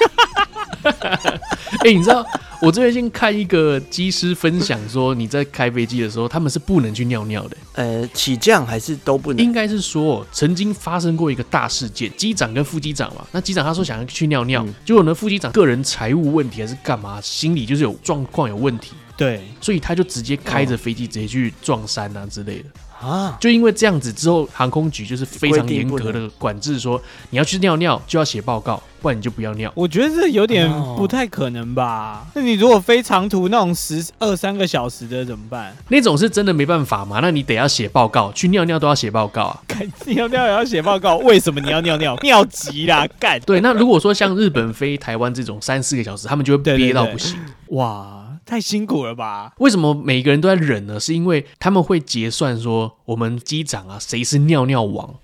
Speaker 1: 哎、你知道我最近看一个机师分享说，你在开飞机的时候，他们是不能去尿尿的。
Speaker 3: 呃，起降还是都
Speaker 2: 嗯
Speaker 3: 不能？
Speaker 1: 应该是说曾经发生过一个大事件，机长跟副机长嘛，那机长他说想要去尿
Speaker 2: 嗯
Speaker 1: 尿，结果呢副机长个人财务问题还是干嘛，心里就是有状况有问题，
Speaker 2: 对，
Speaker 1: 所以他就直接开着飞机直接去撞山啊之类的。
Speaker 3: 啊，
Speaker 1: 就因为这样子之后，航空局就是非常严格
Speaker 3: 规定
Speaker 1: 的管制说，你要去尿尿就要写报告，不然你就不要尿。
Speaker 2: 我觉得这有点
Speaker 3: 哦
Speaker 2: 不太可能吧？那你如果飞长途那种十二三个小时的怎么办？
Speaker 1: 那种是真的没办法嘛？那你得要写报告，去尿尿都要写报告啊。
Speaker 2: 干尿尿也要写报告，为什么你要尿 尿？尿急啦，干！
Speaker 1: 对，那如果说像日本飞台湾这种三四个小时，他们就会
Speaker 2: 对对
Speaker 1: 憋到
Speaker 2: 对
Speaker 1: 不行。
Speaker 2: 哇，太辛苦了吧？
Speaker 1: 为什么每个人都在忍呢？是因为他们会结算说我们机长啊，谁是尿尿 王。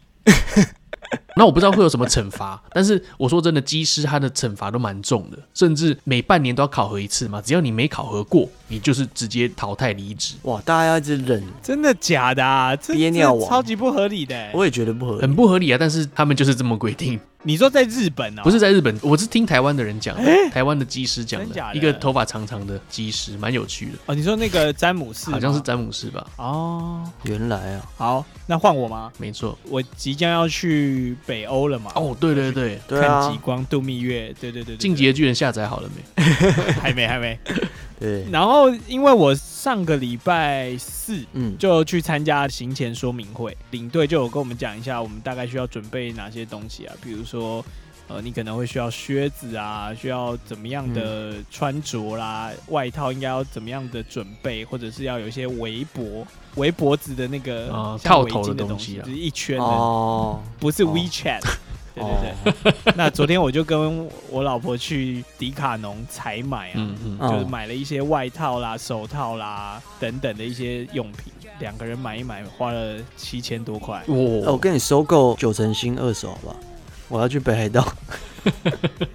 Speaker 1: 那我不知道会有什么惩罚，但是我说真的，机师他的惩罚都蛮重的，甚至每半年都要考核一次嘛。只要你没考核过，你就是直接淘汰离职，
Speaker 3: 哇，大家要一直忍，
Speaker 2: 真的假的啊？这
Speaker 3: 憋尿
Speaker 2: 这
Speaker 3: 王
Speaker 2: 超级不合理的欸、
Speaker 3: 我也觉得不合理。
Speaker 1: 哎很不合理啊。但是他们就是这么规 定，
Speaker 2: 你说在日本啊、
Speaker 1: 不是在日本，我是听台湾的人讲的，台湾的机师讲
Speaker 2: 哎真假
Speaker 1: 的，
Speaker 2: 的
Speaker 1: 一个头发长长的机师，蛮有趣的，
Speaker 2: 哦？你说那个詹姆斯吗
Speaker 1: 好像是詹姆斯吧？
Speaker 2: 哦。
Speaker 3: 原来啊，
Speaker 2: 好，那换我吗？
Speaker 1: 没错。
Speaker 2: 我即将要去北欧了嘛？
Speaker 1: 哦，对对对，
Speaker 3: 对啊
Speaker 2: 看极，光度蜜月，对对对对，
Speaker 1: 《进击的巨人》下载好了没？
Speaker 2: 对还没还没。
Speaker 3: 对，
Speaker 2: 然后因为我上个礼拜四
Speaker 3: 嗯，
Speaker 2: 就去参加行前说明会，领队就有跟我们讲一下，我们大概需要准备哪些东西啊，比如说。呃，你可能会需要靴子啊，需要怎么样的
Speaker 1: 嗯
Speaker 2: 穿着啦，外套应该要怎么样的准备，或者是要有一些围脖、围脖子的那个
Speaker 1: 啊
Speaker 2: 像
Speaker 1: 套
Speaker 2: 围
Speaker 1: 头的
Speaker 2: 巾的
Speaker 1: 东
Speaker 2: 西，
Speaker 1: 西啊
Speaker 2: 就是一圈的，
Speaker 3: 哦，
Speaker 2: 不是
Speaker 3: 哦
Speaker 2: WeChat、对对对，
Speaker 3: 对，
Speaker 1: 哦
Speaker 2: 那昨天我就跟我老婆去迪卡侬采买啊，
Speaker 1: 嗯嗯。
Speaker 2: 就是买了一些外套啦、手套啦等等的一些用品，两个人买一买，花了七千多块。
Speaker 3: 哦我
Speaker 1: 我
Speaker 3: 跟你收购九成新二手，好不好？我要去北海道？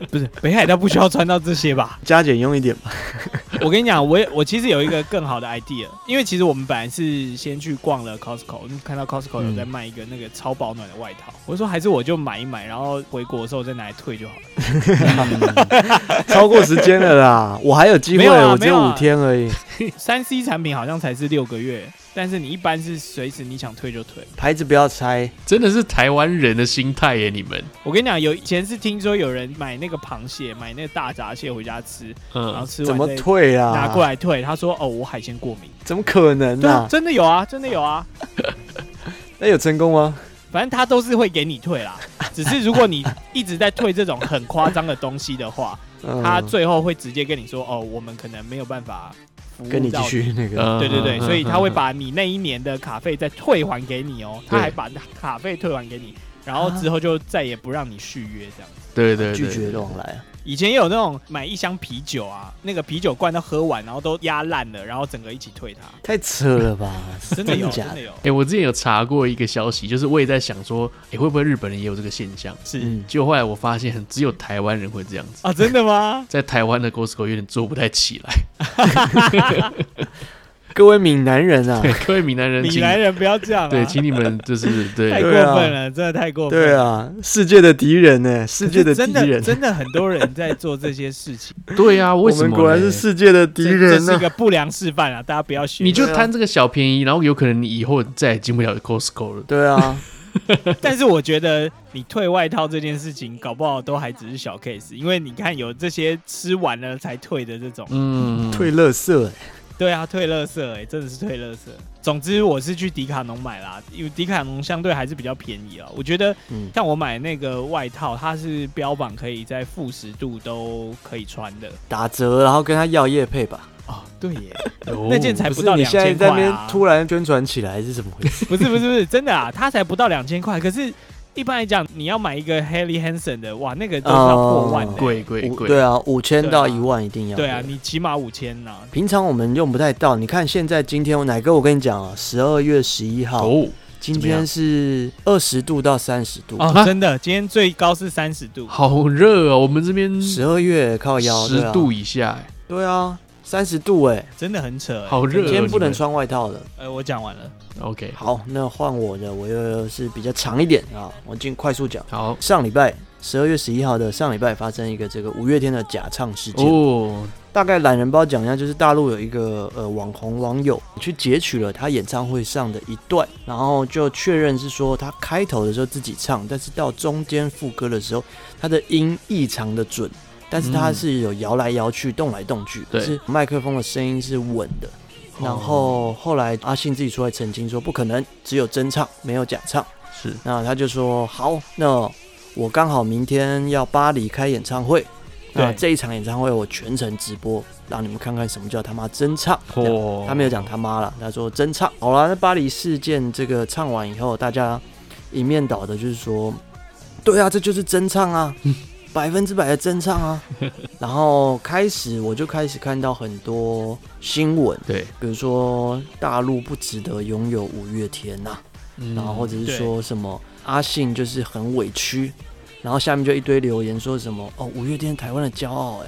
Speaker 2: 不是北海道不需要穿到这些吧
Speaker 3: 加减用一点吧。
Speaker 2: 我跟你讲，我也我其实有一个更好的 idea，因为其实我们本来是先去逛了 Costco，我们看到 Costco 有在卖一个那个超保暖的外套，我说还是我就买一买，然后回国的时候再拿来退就好了。
Speaker 3: 超过时间了啦，我还有机
Speaker 2: 没
Speaker 3: 会，
Speaker 2: 有啊
Speaker 3: 我只
Speaker 2: 没有啊
Speaker 3: 五天而已。
Speaker 2: 三 C 产品好像才是六个月，但是你一般是随时你想退就退。
Speaker 3: 牌子不 要拆，
Speaker 1: 真的是台湾人的心态耶，你们，
Speaker 2: 我跟你讲，有以前是听说有人买那个螃蟹，买那个大闸蟹回家吃，然后
Speaker 1: 嗯，
Speaker 2: 吃
Speaker 3: 怎
Speaker 2: 完
Speaker 3: 么
Speaker 2: 再
Speaker 3: 退啊？
Speaker 2: 拿过，来退。他说：“哦，我海鲜过敏。
Speaker 3: 怎么可”能
Speaker 2: 对啊
Speaker 3: 啊，？
Speaker 2: 真的有啊，真的有啊，
Speaker 3: 那有成功吗？
Speaker 2: 反正他都是会给你退 啦。只是如果你一直在退这种很夸张的东西的话，
Speaker 3: 嗯
Speaker 2: 他最后会直接跟你说：“哦，我们可能没有办法服务
Speaker 3: 跟你继
Speaker 2: 到
Speaker 3: 续那个，
Speaker 1: 嗯
Speaker 2: 对对对，
Speaker 1: 嗯
Speaker 2: 所以他会
Speaker 1: 嗯
Speaker 2: 把你那一年的卡费再退还给你
Speaker 3: 嗯
Speaker 2: 哦，他
Speaker 1: 对
Speaker 2: 还把卡费退还给你，然后之后就再也不让你续约这样子。
Speaker 1: 对对对
Speaker 3: 拒绝
Speaker 1: 对
Speaker 3: 的往来啊。
Speaker 2: 以前也有那种买一箱啤酒啊，那个啤酒罐都喝完，然后都压烂了，然后整个一起退他，
Speaker 3: 太扯了吧？
Speaker 2: 真的有，真
Speaker 3: 假
Speaker 2: 的
Speaker 3: 的？
Speaker 2: 有，
Speaker 1: 哎、我之前有查过一个消息，就是我也在想说，哎、会不会日本人也有这个现象？
Speaker 2: 是
Speaker 3: 嗯，
Speaker 1: 结果后来我发现，只有台湾人会这样子，
Speaker 2: 啊，真的吗？
Speaker 1: 在台湾的 Costco 有点做不太起来。
Speaker 3: 各位闽南 人啊，
Speaker 1: 对，各位闽南人，
Speaker 2: 闽
Speaker 1: 请
Speaker 2: 南人不要这样啊，
Speaker 1: 对，请你们 就是
Speaker 2: 太
Speaker 1: 对，
Speaker 2: 过分了，真的太过分。
Speaker 3: 对，啊，世界的敌人呢？世界的
Speaker 2: 真
Speaker 3: 敌
Speaker 2: 的
Speaker 3: 人，
Speaker 2: 真的很多人在做这些事 情，
Speaker 1: 对啊，为
Speaker 3: 我
Speaker 1: 什
Speaker 3: 们
Speaker 1: 么
Speaker 3: 果然
Speaker 1: 嘞
Speaker 3: 是世界的敌
Speaker 2: 这
Speaker 3: 人啊
Speaker 2: 这是
Speaker 3: 呢
Speaker 2: 一。个不良示范啊，大家不要学。
Speaker 1: 你就贪这个小便宜，然后有可能你以后再也进不了 Costco 了。
Speaker 3: 对啊，
Speaker 2: 但是我觉得你退外套这件事情，搞不好都还只是小 case，因为你看有这些吃完了才退的这种，
Speaker 1: 嗯，
Speaker 3: 退乐色欸，
Speaker 2: 对啊，退垃圾哎、真的是退垃圾。总之我是去迪卡侬买啦，因为迪卡侬相对还是比较便宜啊。我觉得
Speaker 3: 嗯，
Speaker 2: 像我买那个外套，它是标榜可以在负十度都可以穿的
Speaker 3: 打折，然后跟他要业配吧。
Speaker 2: 哦，对耶，
Speaker 1: 哦
Speaker 2: 那件才
Speaker 3: 不
Speaker 2: 不
Speaker 3: 是
Speaker 2: 到
Speaker 3: 你
Speaker 2: 两
Speaker 3: 现在
Speaker 2: 千块
Speaker 3: 在那边
Speaker 2: 啊，
Speaker 3: 突然宣传起来是怎么回 事？
Speaker 2: 不是不是不是真的啊，它才不到两千块，可是。一般来讲，你要买一个 Haley Hansen 的，哇，那个都是要破万的、
Speaker 1: 哦贵贵
Speaker 3: 五
Speaker 1: 贵，
Speaker 3: 对啊，五千到
Speaker 2: 对啊
Speaker 3: 一万一定要。
Speaker 2: 对啊，你起码五千
Speaker 1: 啊
Speaker 2: 呐。
Speaker 3: 平常我们用不太到，你看现在今天我哪个？我跟你讲啊，十二月十一号，
Speaker 1: 哦，
Speaker 3: 今
Speaker 1: 怎么样
Speaker 3: 天是二十度到三十度，
Speaker 2: 哦，
Speaker 1: 啊
Speaker 2: 真的，今天最高是三十度，
Speaker 1: 好热哦，我们这边
Speaker 3: 十二月靠腰
Speaker 1: 十
Speaker 3: 对啊
Speaker 1: 度以下，哎
Speaker 3: 对啊，三十度哎、
Speaker 2: 真的很扯、欸。
Speaker 1: 好热哦。
Speaker 3: 今天不
Speaker 1: 你
Speaker 3: 能
Speaker 1: 们
Speaker 3: 穿外套了。
Speaker 2: 呃，我讲完了，
Speaker 1: OK，
Speaker 3: 好，那换我的，我又是比较长一点啊，我进快速讲。
Speaker 1: 好
Speaker 3: 上礼拜十二月十一号的上礼拜发生一个这个五月天的假唱事件，
Speaker 1: 哦，
Speaker 3: 大概懒人包讲一下，就是大陆有一个呃网红网友去截取了他演唱会上的一段，然后就确认是说他开头的时候自己唱，但是到中间副歌的时候，他的音异常的准，但是他
Speaker 1: 嗯
Speaker 3: 是有摇来摇去、动来动去，
Speaker 1: 对
Speaker 3: 就是麦克风的声音是稳的。然后后来阿信自己出来澄清说，不可能，只有真唱，没有假唱。
Speaker 1: 是
Speaker 3: 那他就说好，那我刚好明天要巴黎开演唱会，那
Speaker 2: 对
Speaker 3: 这一场演唱会我全程直播，让你们看看什么叫他妈真唱。这样
Speaker 1: 哦，
Speaker 3: 他没有讲他妈了，他说真唱。好啦，那巴黎事件这个唱完以后，大家一面倒的就是说，对啊，这就是真唱啊，百分之百的真唱啊。然后开始我就开始看到很多新闻，
Speaker 1: 对，
Speaker 3: 比如说大陆不值得拥有五月天啊呐、
Speaker 1: 嗯
Speaker 3: 然后或者是说什么阿信就是很委屈，然后下面就一堆留言说什么哦，五月天台湾的骄傲哎、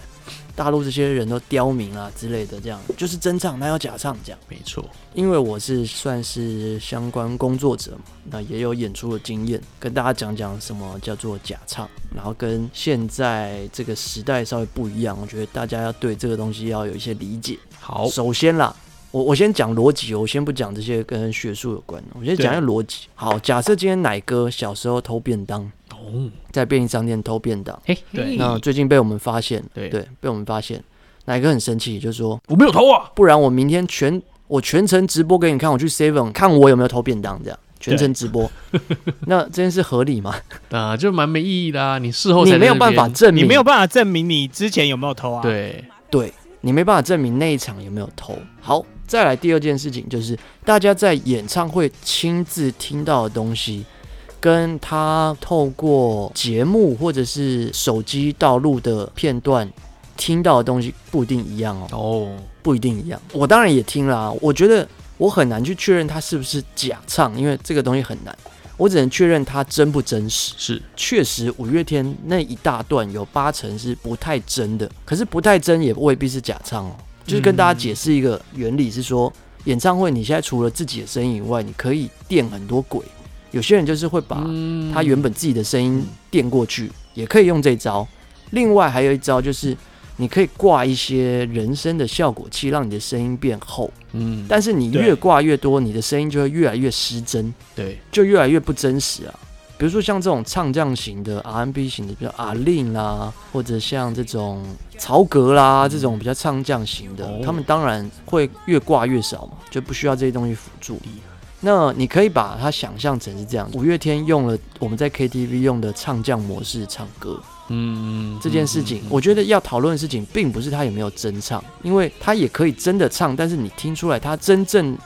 Speaker 3: 大陆这些人都刁民啊之类的，这样就是真唱，哪有假唱这样？
Speaker 1: 没错，
Speaker 3: 因为我是算是相关工作者嘛，那也有演出的经验，跟大家讲讲什么叫做假唱，然后跟现在这个时代稍微不一样，我觉得大家要对这个东西要有一些理解。
Speaker 1: 好，
Speaker 3: 首先啦，我我先讲逻辑哦，我先不讲这些跟学术有关的，我先讲一下逻辑。好，假设今天奶哥小时候偷便当，
Speaker 1: 哦，
Speaker 3: 在便利商店偷便当，
Speaker 1: 嘿，
Speaker 2: 对
Speaker 1: 嘿
Speaker 3: 那最近被我们发现，
Speaker 1: 对
Speaker 3: 对，被我们发现，奶哥很生气，就说
Speaker 1: 我没有偷啊，
Speaker 3: 不然我明天全我全程直播给你看，我去 Seven 看我有没有偷便当，这样全程直播。那这件事合理 吗？
Speaker 1: 啊，就蛮没意义的啊，你事后才
Speaker 3: 你没有
Speaker 1: 在那
Speaker 3: 办法
Speaker 1: 边
Speaker 3: 证明，
Speaker 2: 你没有办法证明你之前有没有偷啊？，
Speaker 1: 对，
Speaker 3: 对你没办法证明那一场有没有偷。好，再来第二件事情就是，大家在演唱会亲自听到的东西，跟他透过节目或者是手机道路的片段听到的东西不一定一样哦。
Speaker 1: 哦，
Speaker 3: 不一定一样。我当然也听啦，我觉得我很难去确认它是不是假唱，因为这个东西很难。我只能确认它真不真实。
Speaker 1: 是
Speaker 3: 确实，五月天那一大段有八成是不太真的，可是不太真也未必是假唱哦。就是跟大家解释一个原理，是说演唱会你现在除了自己的声音以外，你可以垫很多鬼。有些人就是会把
Speaker 1: 嗯
Speaker 3: 他原本自己的声音垫过去，也可以用这招。另外还有一招就是，你可以挂一些人声的效果器，让你的声音变厚。
Speaker 1: 嗯，
Speaker 3: 但是你
Speaker 2: 对
Speaker 3: 越挂越多，你的声音就会越来越失真，
Speaker 1: 对，
Speaker 3: 就越来越不真实啊。比如说像这种唱将型的 R&B 型的，比如阿令啦，或者像这种曹格啦这种比较唱将型的
Speaker 1: 嗯哦，
Speaker 3: 他们当然会越挂越少嘛，就不需要这些东西辅助。那你可以把它想象成是这样：五月天用了我们在 KTV 用的唱将模式唱歌
Speaker 1: 嗯，
Speaker 3: 这件事情，我觉得要讨论的事情，并不是他有没有真唱，因为他也可以真的唱，但是你听出来他真正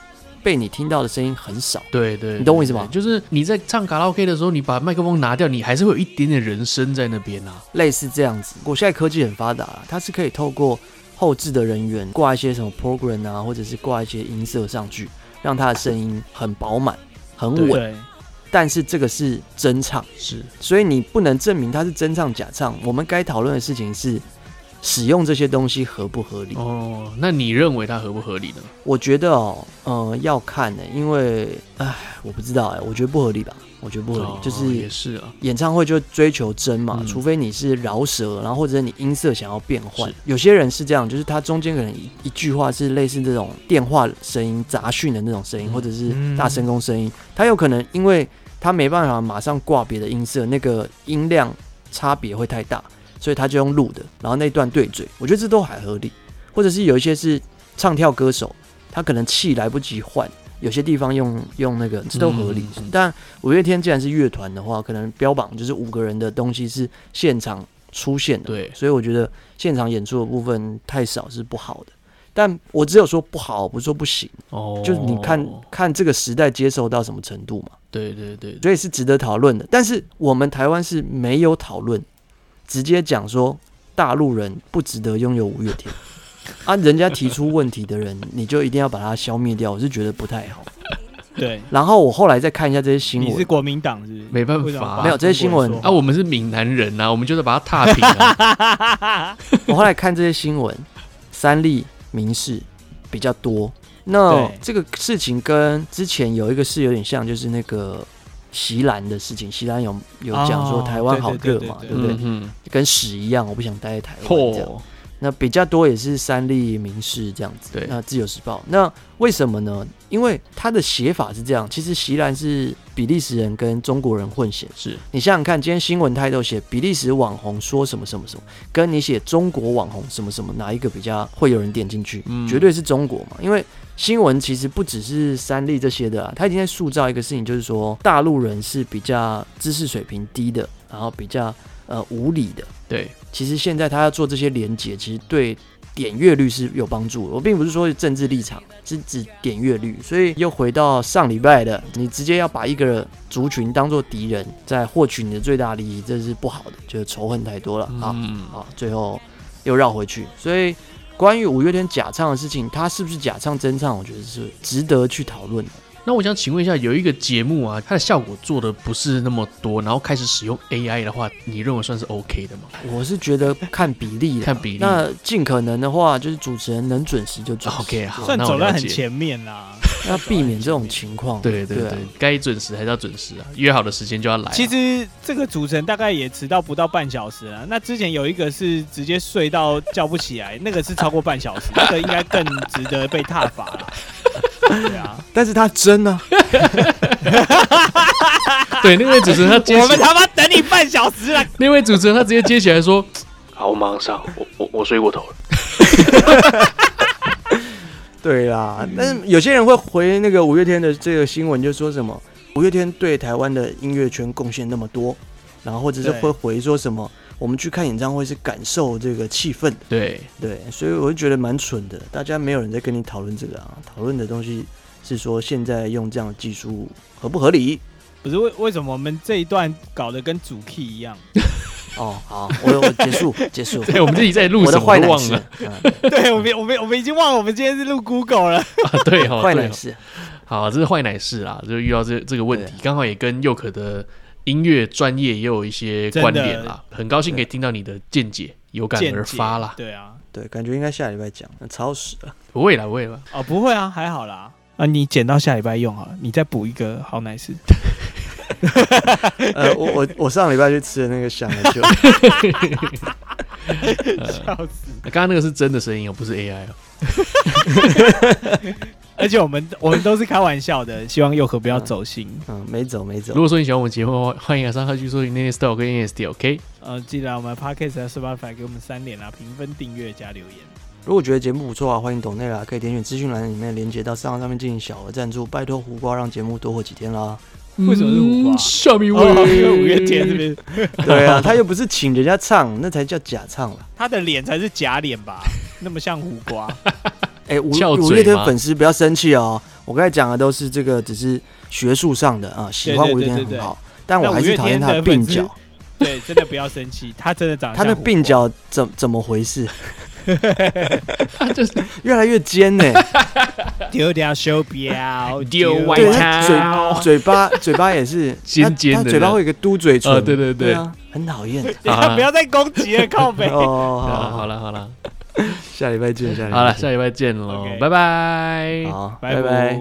Speaker 3: 被你听到的声音很少。
Speaker 1: 对对，
Speaker 3: 你懂我意思吗
Speaker 1: 对就是你在唱卡拉 OK 的时候，你把麦克风拿掉，你还是会有一点点人声在那边啊。
Speaker 3: 类似这样子。我现在科技很发达啦，它是可以透过后置的人员挂一些什么 program 啊，或者是挂一些音色上去，让它的声音很饱满、很稳。
Speaker 2: 对，
Speaker 3: 但是这个是真唱，
Speaker 1: 是
Speaker 3: 所以你不能证明它是真唱假唱。我们该讨论的事情是。使用这些东西合不合理？
Speaker 1: 哦，那你认为它合不合理呢？
Speaker 3: 我觉得哦，呃，要看呢、因为，唉，我不知道哎、我觉得不合理吧，我觉得不合理，
Speaker 1: 哦
Speaker 3: 就是
Speaker 1: 也是啊，
Speaker 3: 演唱会就追求真嘛，
Speaker 1: 嗯
Speaker 3: 除非你是饶舌，然后或者你音色想要变换
Speaker 1: 是。
Speaker 3: 有些人是这样，就是他中间可能一一句话是类似这种电话声音、杂讯的那种声音，
Speaker 1: 嗯
Speaker 3: 或者是大声公声音，他有可能因为他没办法马上挂别的音色，那个音量差别会太大，所以他就用录的，然后那段对嘴，我觉得这都还合理。或者是有一些是唱跳歌手，他可能气来不及换，有些地方用用那个，这都合理。
Speaker 1: 嗯嗯
Speaker 3: 但五月天既然是乐团的话，可能标榜就是五个人的东西是现场出现的，
Speaker 1: 对，
Speaker 3: 所以我觉得现场演出的部分太少是不好的。但我只有说不好，不是说不行，
Speaker 1: 哦，
Speaker 3: 就是你看看这个时代接受到什么程度嘛，
Speaker 1: 对对对，
Speaker 3: 所以是值得讨论的。但是我们台湾是没有讨论，直接讲说大陆人不值得拥有五月天啊，人家提出问题的人，你就一定要把他消灭掉，我是觉得不太好。
Speaker 2: 对，
Speaker 3: 然后我后来再看一下这些新
Speaker 2: 你
Speaker 3: 闻
Speaker 2: 是，国民党是不是？
Speaker 1: 没办法
Speaker 2: 为什么把
Speaker 1: 没
Speaker 3: 有这些新闻
Speaker 2: 中国人
Speaker 1: 啊，
Speaker 2: 说
Speaker 1: 我们是闽南人呐、啊，我们就是把它踏平啊。
Speaker 3: 我后来看这些新闻，三立、民视比较多。那
Speaker 2: 对
Speaker 3: 这个事情跟之前有一个事有点像，就是那个席兰的事情。席兰有有讲说
Speaker 2: 哦
Speaker 3: 台湾好
Speaker 2: 对
Speaker 3: 热
Speaker 2: 对对
Speaker 3: 嘛，
Speaker 2: 对
Speaker 3: 对不对？
Speaker 1: 嗯
Speaker 3: 跟屎一样，我不想待在台
Speaker 1: 哼，
Speaker 3: 湾这样。
Speaker 1: 嚯，
Speaker 3: 那比较多也是三立民视这样子，
Speaker 1: 对
Speaker 3: 那自由时报，那为什么呢？因为它的写法是这样，其实席兰是比利时人跟中国人混血，
Speaker 1: 是
Speaker 3: 你想想看，今天新闻 title 写比利时网红说什么什么什么，跟你写中国网红什么什么，哪一个比较会有人点进去？
Speaker 1: 嗯
Speaker 3: 绝对是中国嘛，因为新闻其实不只是三立这些的啊，它已经在塑造一个事情，就是说大陆人是比较知识水平低的，然后比较呃无理的。
Speaker 1: 对，
Speaker 3: 其实现在他要做这些连结，其实对点阅率是有帮助的。我并不是说政治立场，是指点阅率。所以又回到上礼拜的，你直接要把一个族群当做敌人，在获取你的最大利益，这是不好的，就是仇恨太多了啊
Speaker 1: 嗯，
Speaker 3: 啊！最后又绕回去，所以。关于五月天假唱的事情，他是不是假唱真唱，我觉得是值得去讨论的。
Speaker 1: 那我想请问一下，有一个节目啊，它的效果做的不是那么多，然后开始使用 AI 的话，你认为算是 OK 的吗？
Speaker 3: 我是觉得看比例的，
Speaker 1: 看比例
Speaker 3: 哎那尽可能的话，就是主持人能准时就准时。
Speaker 1: OK，好，
Speaker 2: 哦算
Speaker 1: 那我
Speaker 2: 走在
Speaker 1: 了
Speaker 2: 很
Speaker 1: 解。
Speaker 2: 前面啦。
Speaker 3: 要避免这种情况。
Speaker 1: 对对
Speaker 3: 啊
Speaker 1: 对，该准时还是要准时啊，约好的时间就要来啊、
Speaker 2: 其实这个主持人大概也迟到不到半小时啊。那之前有一个是直接睡到叫不起来，那个是超过半小 时，那个应该更值得被挞伐了。对啊，
Speaker 3: 但是他真呢、
Speaker 1: 对那位主持人他接
Speaker 2: 我
Speaker 1: 起
Speaker 2: 们他妈等你半小时了，
Speaker 1: 那位主持人他直接接起来说，
Speaker 4: 好，我马上上，我我我睡过头了。
Speaker 3: 对啦，但是有些人会回那个五月天的这个新闻，就说什么五月天对台湾的音乐圈贡献那么多，然后或者是
Speaker 2: 对
Speaker 3: 会回说什么我们去看演唱会是感受这个气氛的，
Speaker 1: 对，
Speaker 3: 对，所以我就觉得蛮蠢的，大家没有人在跟你讨论这个啊，讨论的东西是说现在用这样的技术合不合理？
Speaker 2: 不是为为什么我们这一段搞得跟主 key 一样？
Speaker 3: 哦，好，我我结 束结束，
Speaker 1: 哎、我们自己在录
Speaker 3: 我
Speaker 1: 什
Speaker 3: 的
Speaker 1: 么
Speaker 3: 坏
Speaker 1: 都
Speaker 3: 男
Speaker 1: 忘
Speaker 3: 士
Speaker 1: 了，，
Speaker 3: 嗯
Speaker 2: 对，我们我们我们已经忘了我们今天是录 Google 了。
Speaker 1: 啊 对哦，
Speaker 3: 坏
Speaker 1: 对
Speaker 3: 男
Speaker 1: 哦
Speaker 3: 士，
Speaker 1: 好，这是坏奶事啦，就遇到这这个问题
Speaker 3: 对，
Speaker 1: 刚好也跟佑可的音乐专业也有一些关联啦。很高兴可以听到你的见解，有感
Speaker 2: 见
Speaker 1: 而
Speaker 2: 解
Speaker 1: 发啦。
Speaker 2: 对啊，
Speaker 3: 对，感觉应该下礼拜讲，超时了。
Speaker 1: 不会啦，不会啦，
Speaker 2: 哦，不会啊，还好啦。啊，你剪到下礼拜用好了，你再补一个好奶事。
Speaker 3: 呃，我我我上礼拜去吃的那个香的酒，
Speaker 2: 笑死！
Speaker 1: 刚刚那个是真的声音哦，不是 AI 哦。
Speaker 2: 而且我们我们都是开玩笑的，希望佑可不要走心。
Speaker 3: 嗯，没走没走
Speaker 1: 如。果说你喜欢我们节目的话，欢迎来上课去搜寻 Nanny Style 跟 n s t OK，
Speaker 2: 呃，记得我们 podcast 和 Spotify 给我们三连啊，评分、订阅加留言。
Speaker 3: 如果觉得节目不错啊，欢迎懂内啦，可以点选资讯栏里面连接到上岸上面进行小额赞助，拜托胡瓜让节目多活几天啦。
Speaker 2: 为什么是五花啊
Speaker 1: 嗯下面一位、
Speaker 2: 哦，因为五月天是不是？
Speaker 3: 对啊，他又不是请人家唱，那才叫假唱啦。
Speaker 2: 他的脸才是假脸吧？那么像胡瓜，
Speaker 3: 哎、五
Speaker 1: 翘嘴吗
Speaker 3: 五月天粉丝不要生气哦，我刚才讲的都是这个只是学术上的啊，喜欢
Speaker 2: 对对
Speaker 3: 五月天
Speaker 2: 对对
Speaker 3: 很
Speaker 2: 对
Speaker 3: 好，但我还是讨厌他
Speaker 2: 那
Speaker 3: 的
Speaker 2: 五月天
Speaker 3: 鬓
Speaker 2: 的粉丝
Speaker 3: 角，
Speaker 2: 对，真的不要生气，他真的长得
Speaker 3: 他
Speaker 2: 像
Speaker 3: 的
Speaker 2: 胡瓜
Speaker 3: 鬓，角怎怎么 回事？
Speaker 1: 他就是
Speaker 3: 越来越尖呢、
Speaker 2: 丢掉手 表，
Speaker 1: 丢外
Speaker 3: 对
Speaker 1: 套
Speaker 3: 他嘴 嘴巴嘴巴 也是
Speaker 1: 尖
Speaker 3: 他
Speaker 1: 哦尖的
Speaker 3: 他嘴巴会有一个嘟嘴唇，
Speaker 1: 呃对对对
Speaker 3: 对啊，很讨厌。
Speaker 2: 你
Speaker 1: 啊
Speaker 2: 看 不要再攻击了，靠北。
Speaker 3: 哦，
Speaker 1: 啊，
Speaker 3: 好，
Speaker 1: 好了好了
Speaker 3: 下礼拜见，下礼拜
Speaker 1: 好了，
Speaker 3: 见
Speaker 1: 下礼拜见喽
Speaker 2: OK，
Speaker 1: 拜拜。
Speaker 3: 好，
Speaker 2: 拜
Speaker 3: 拜拜。
Speaker 2: 拜。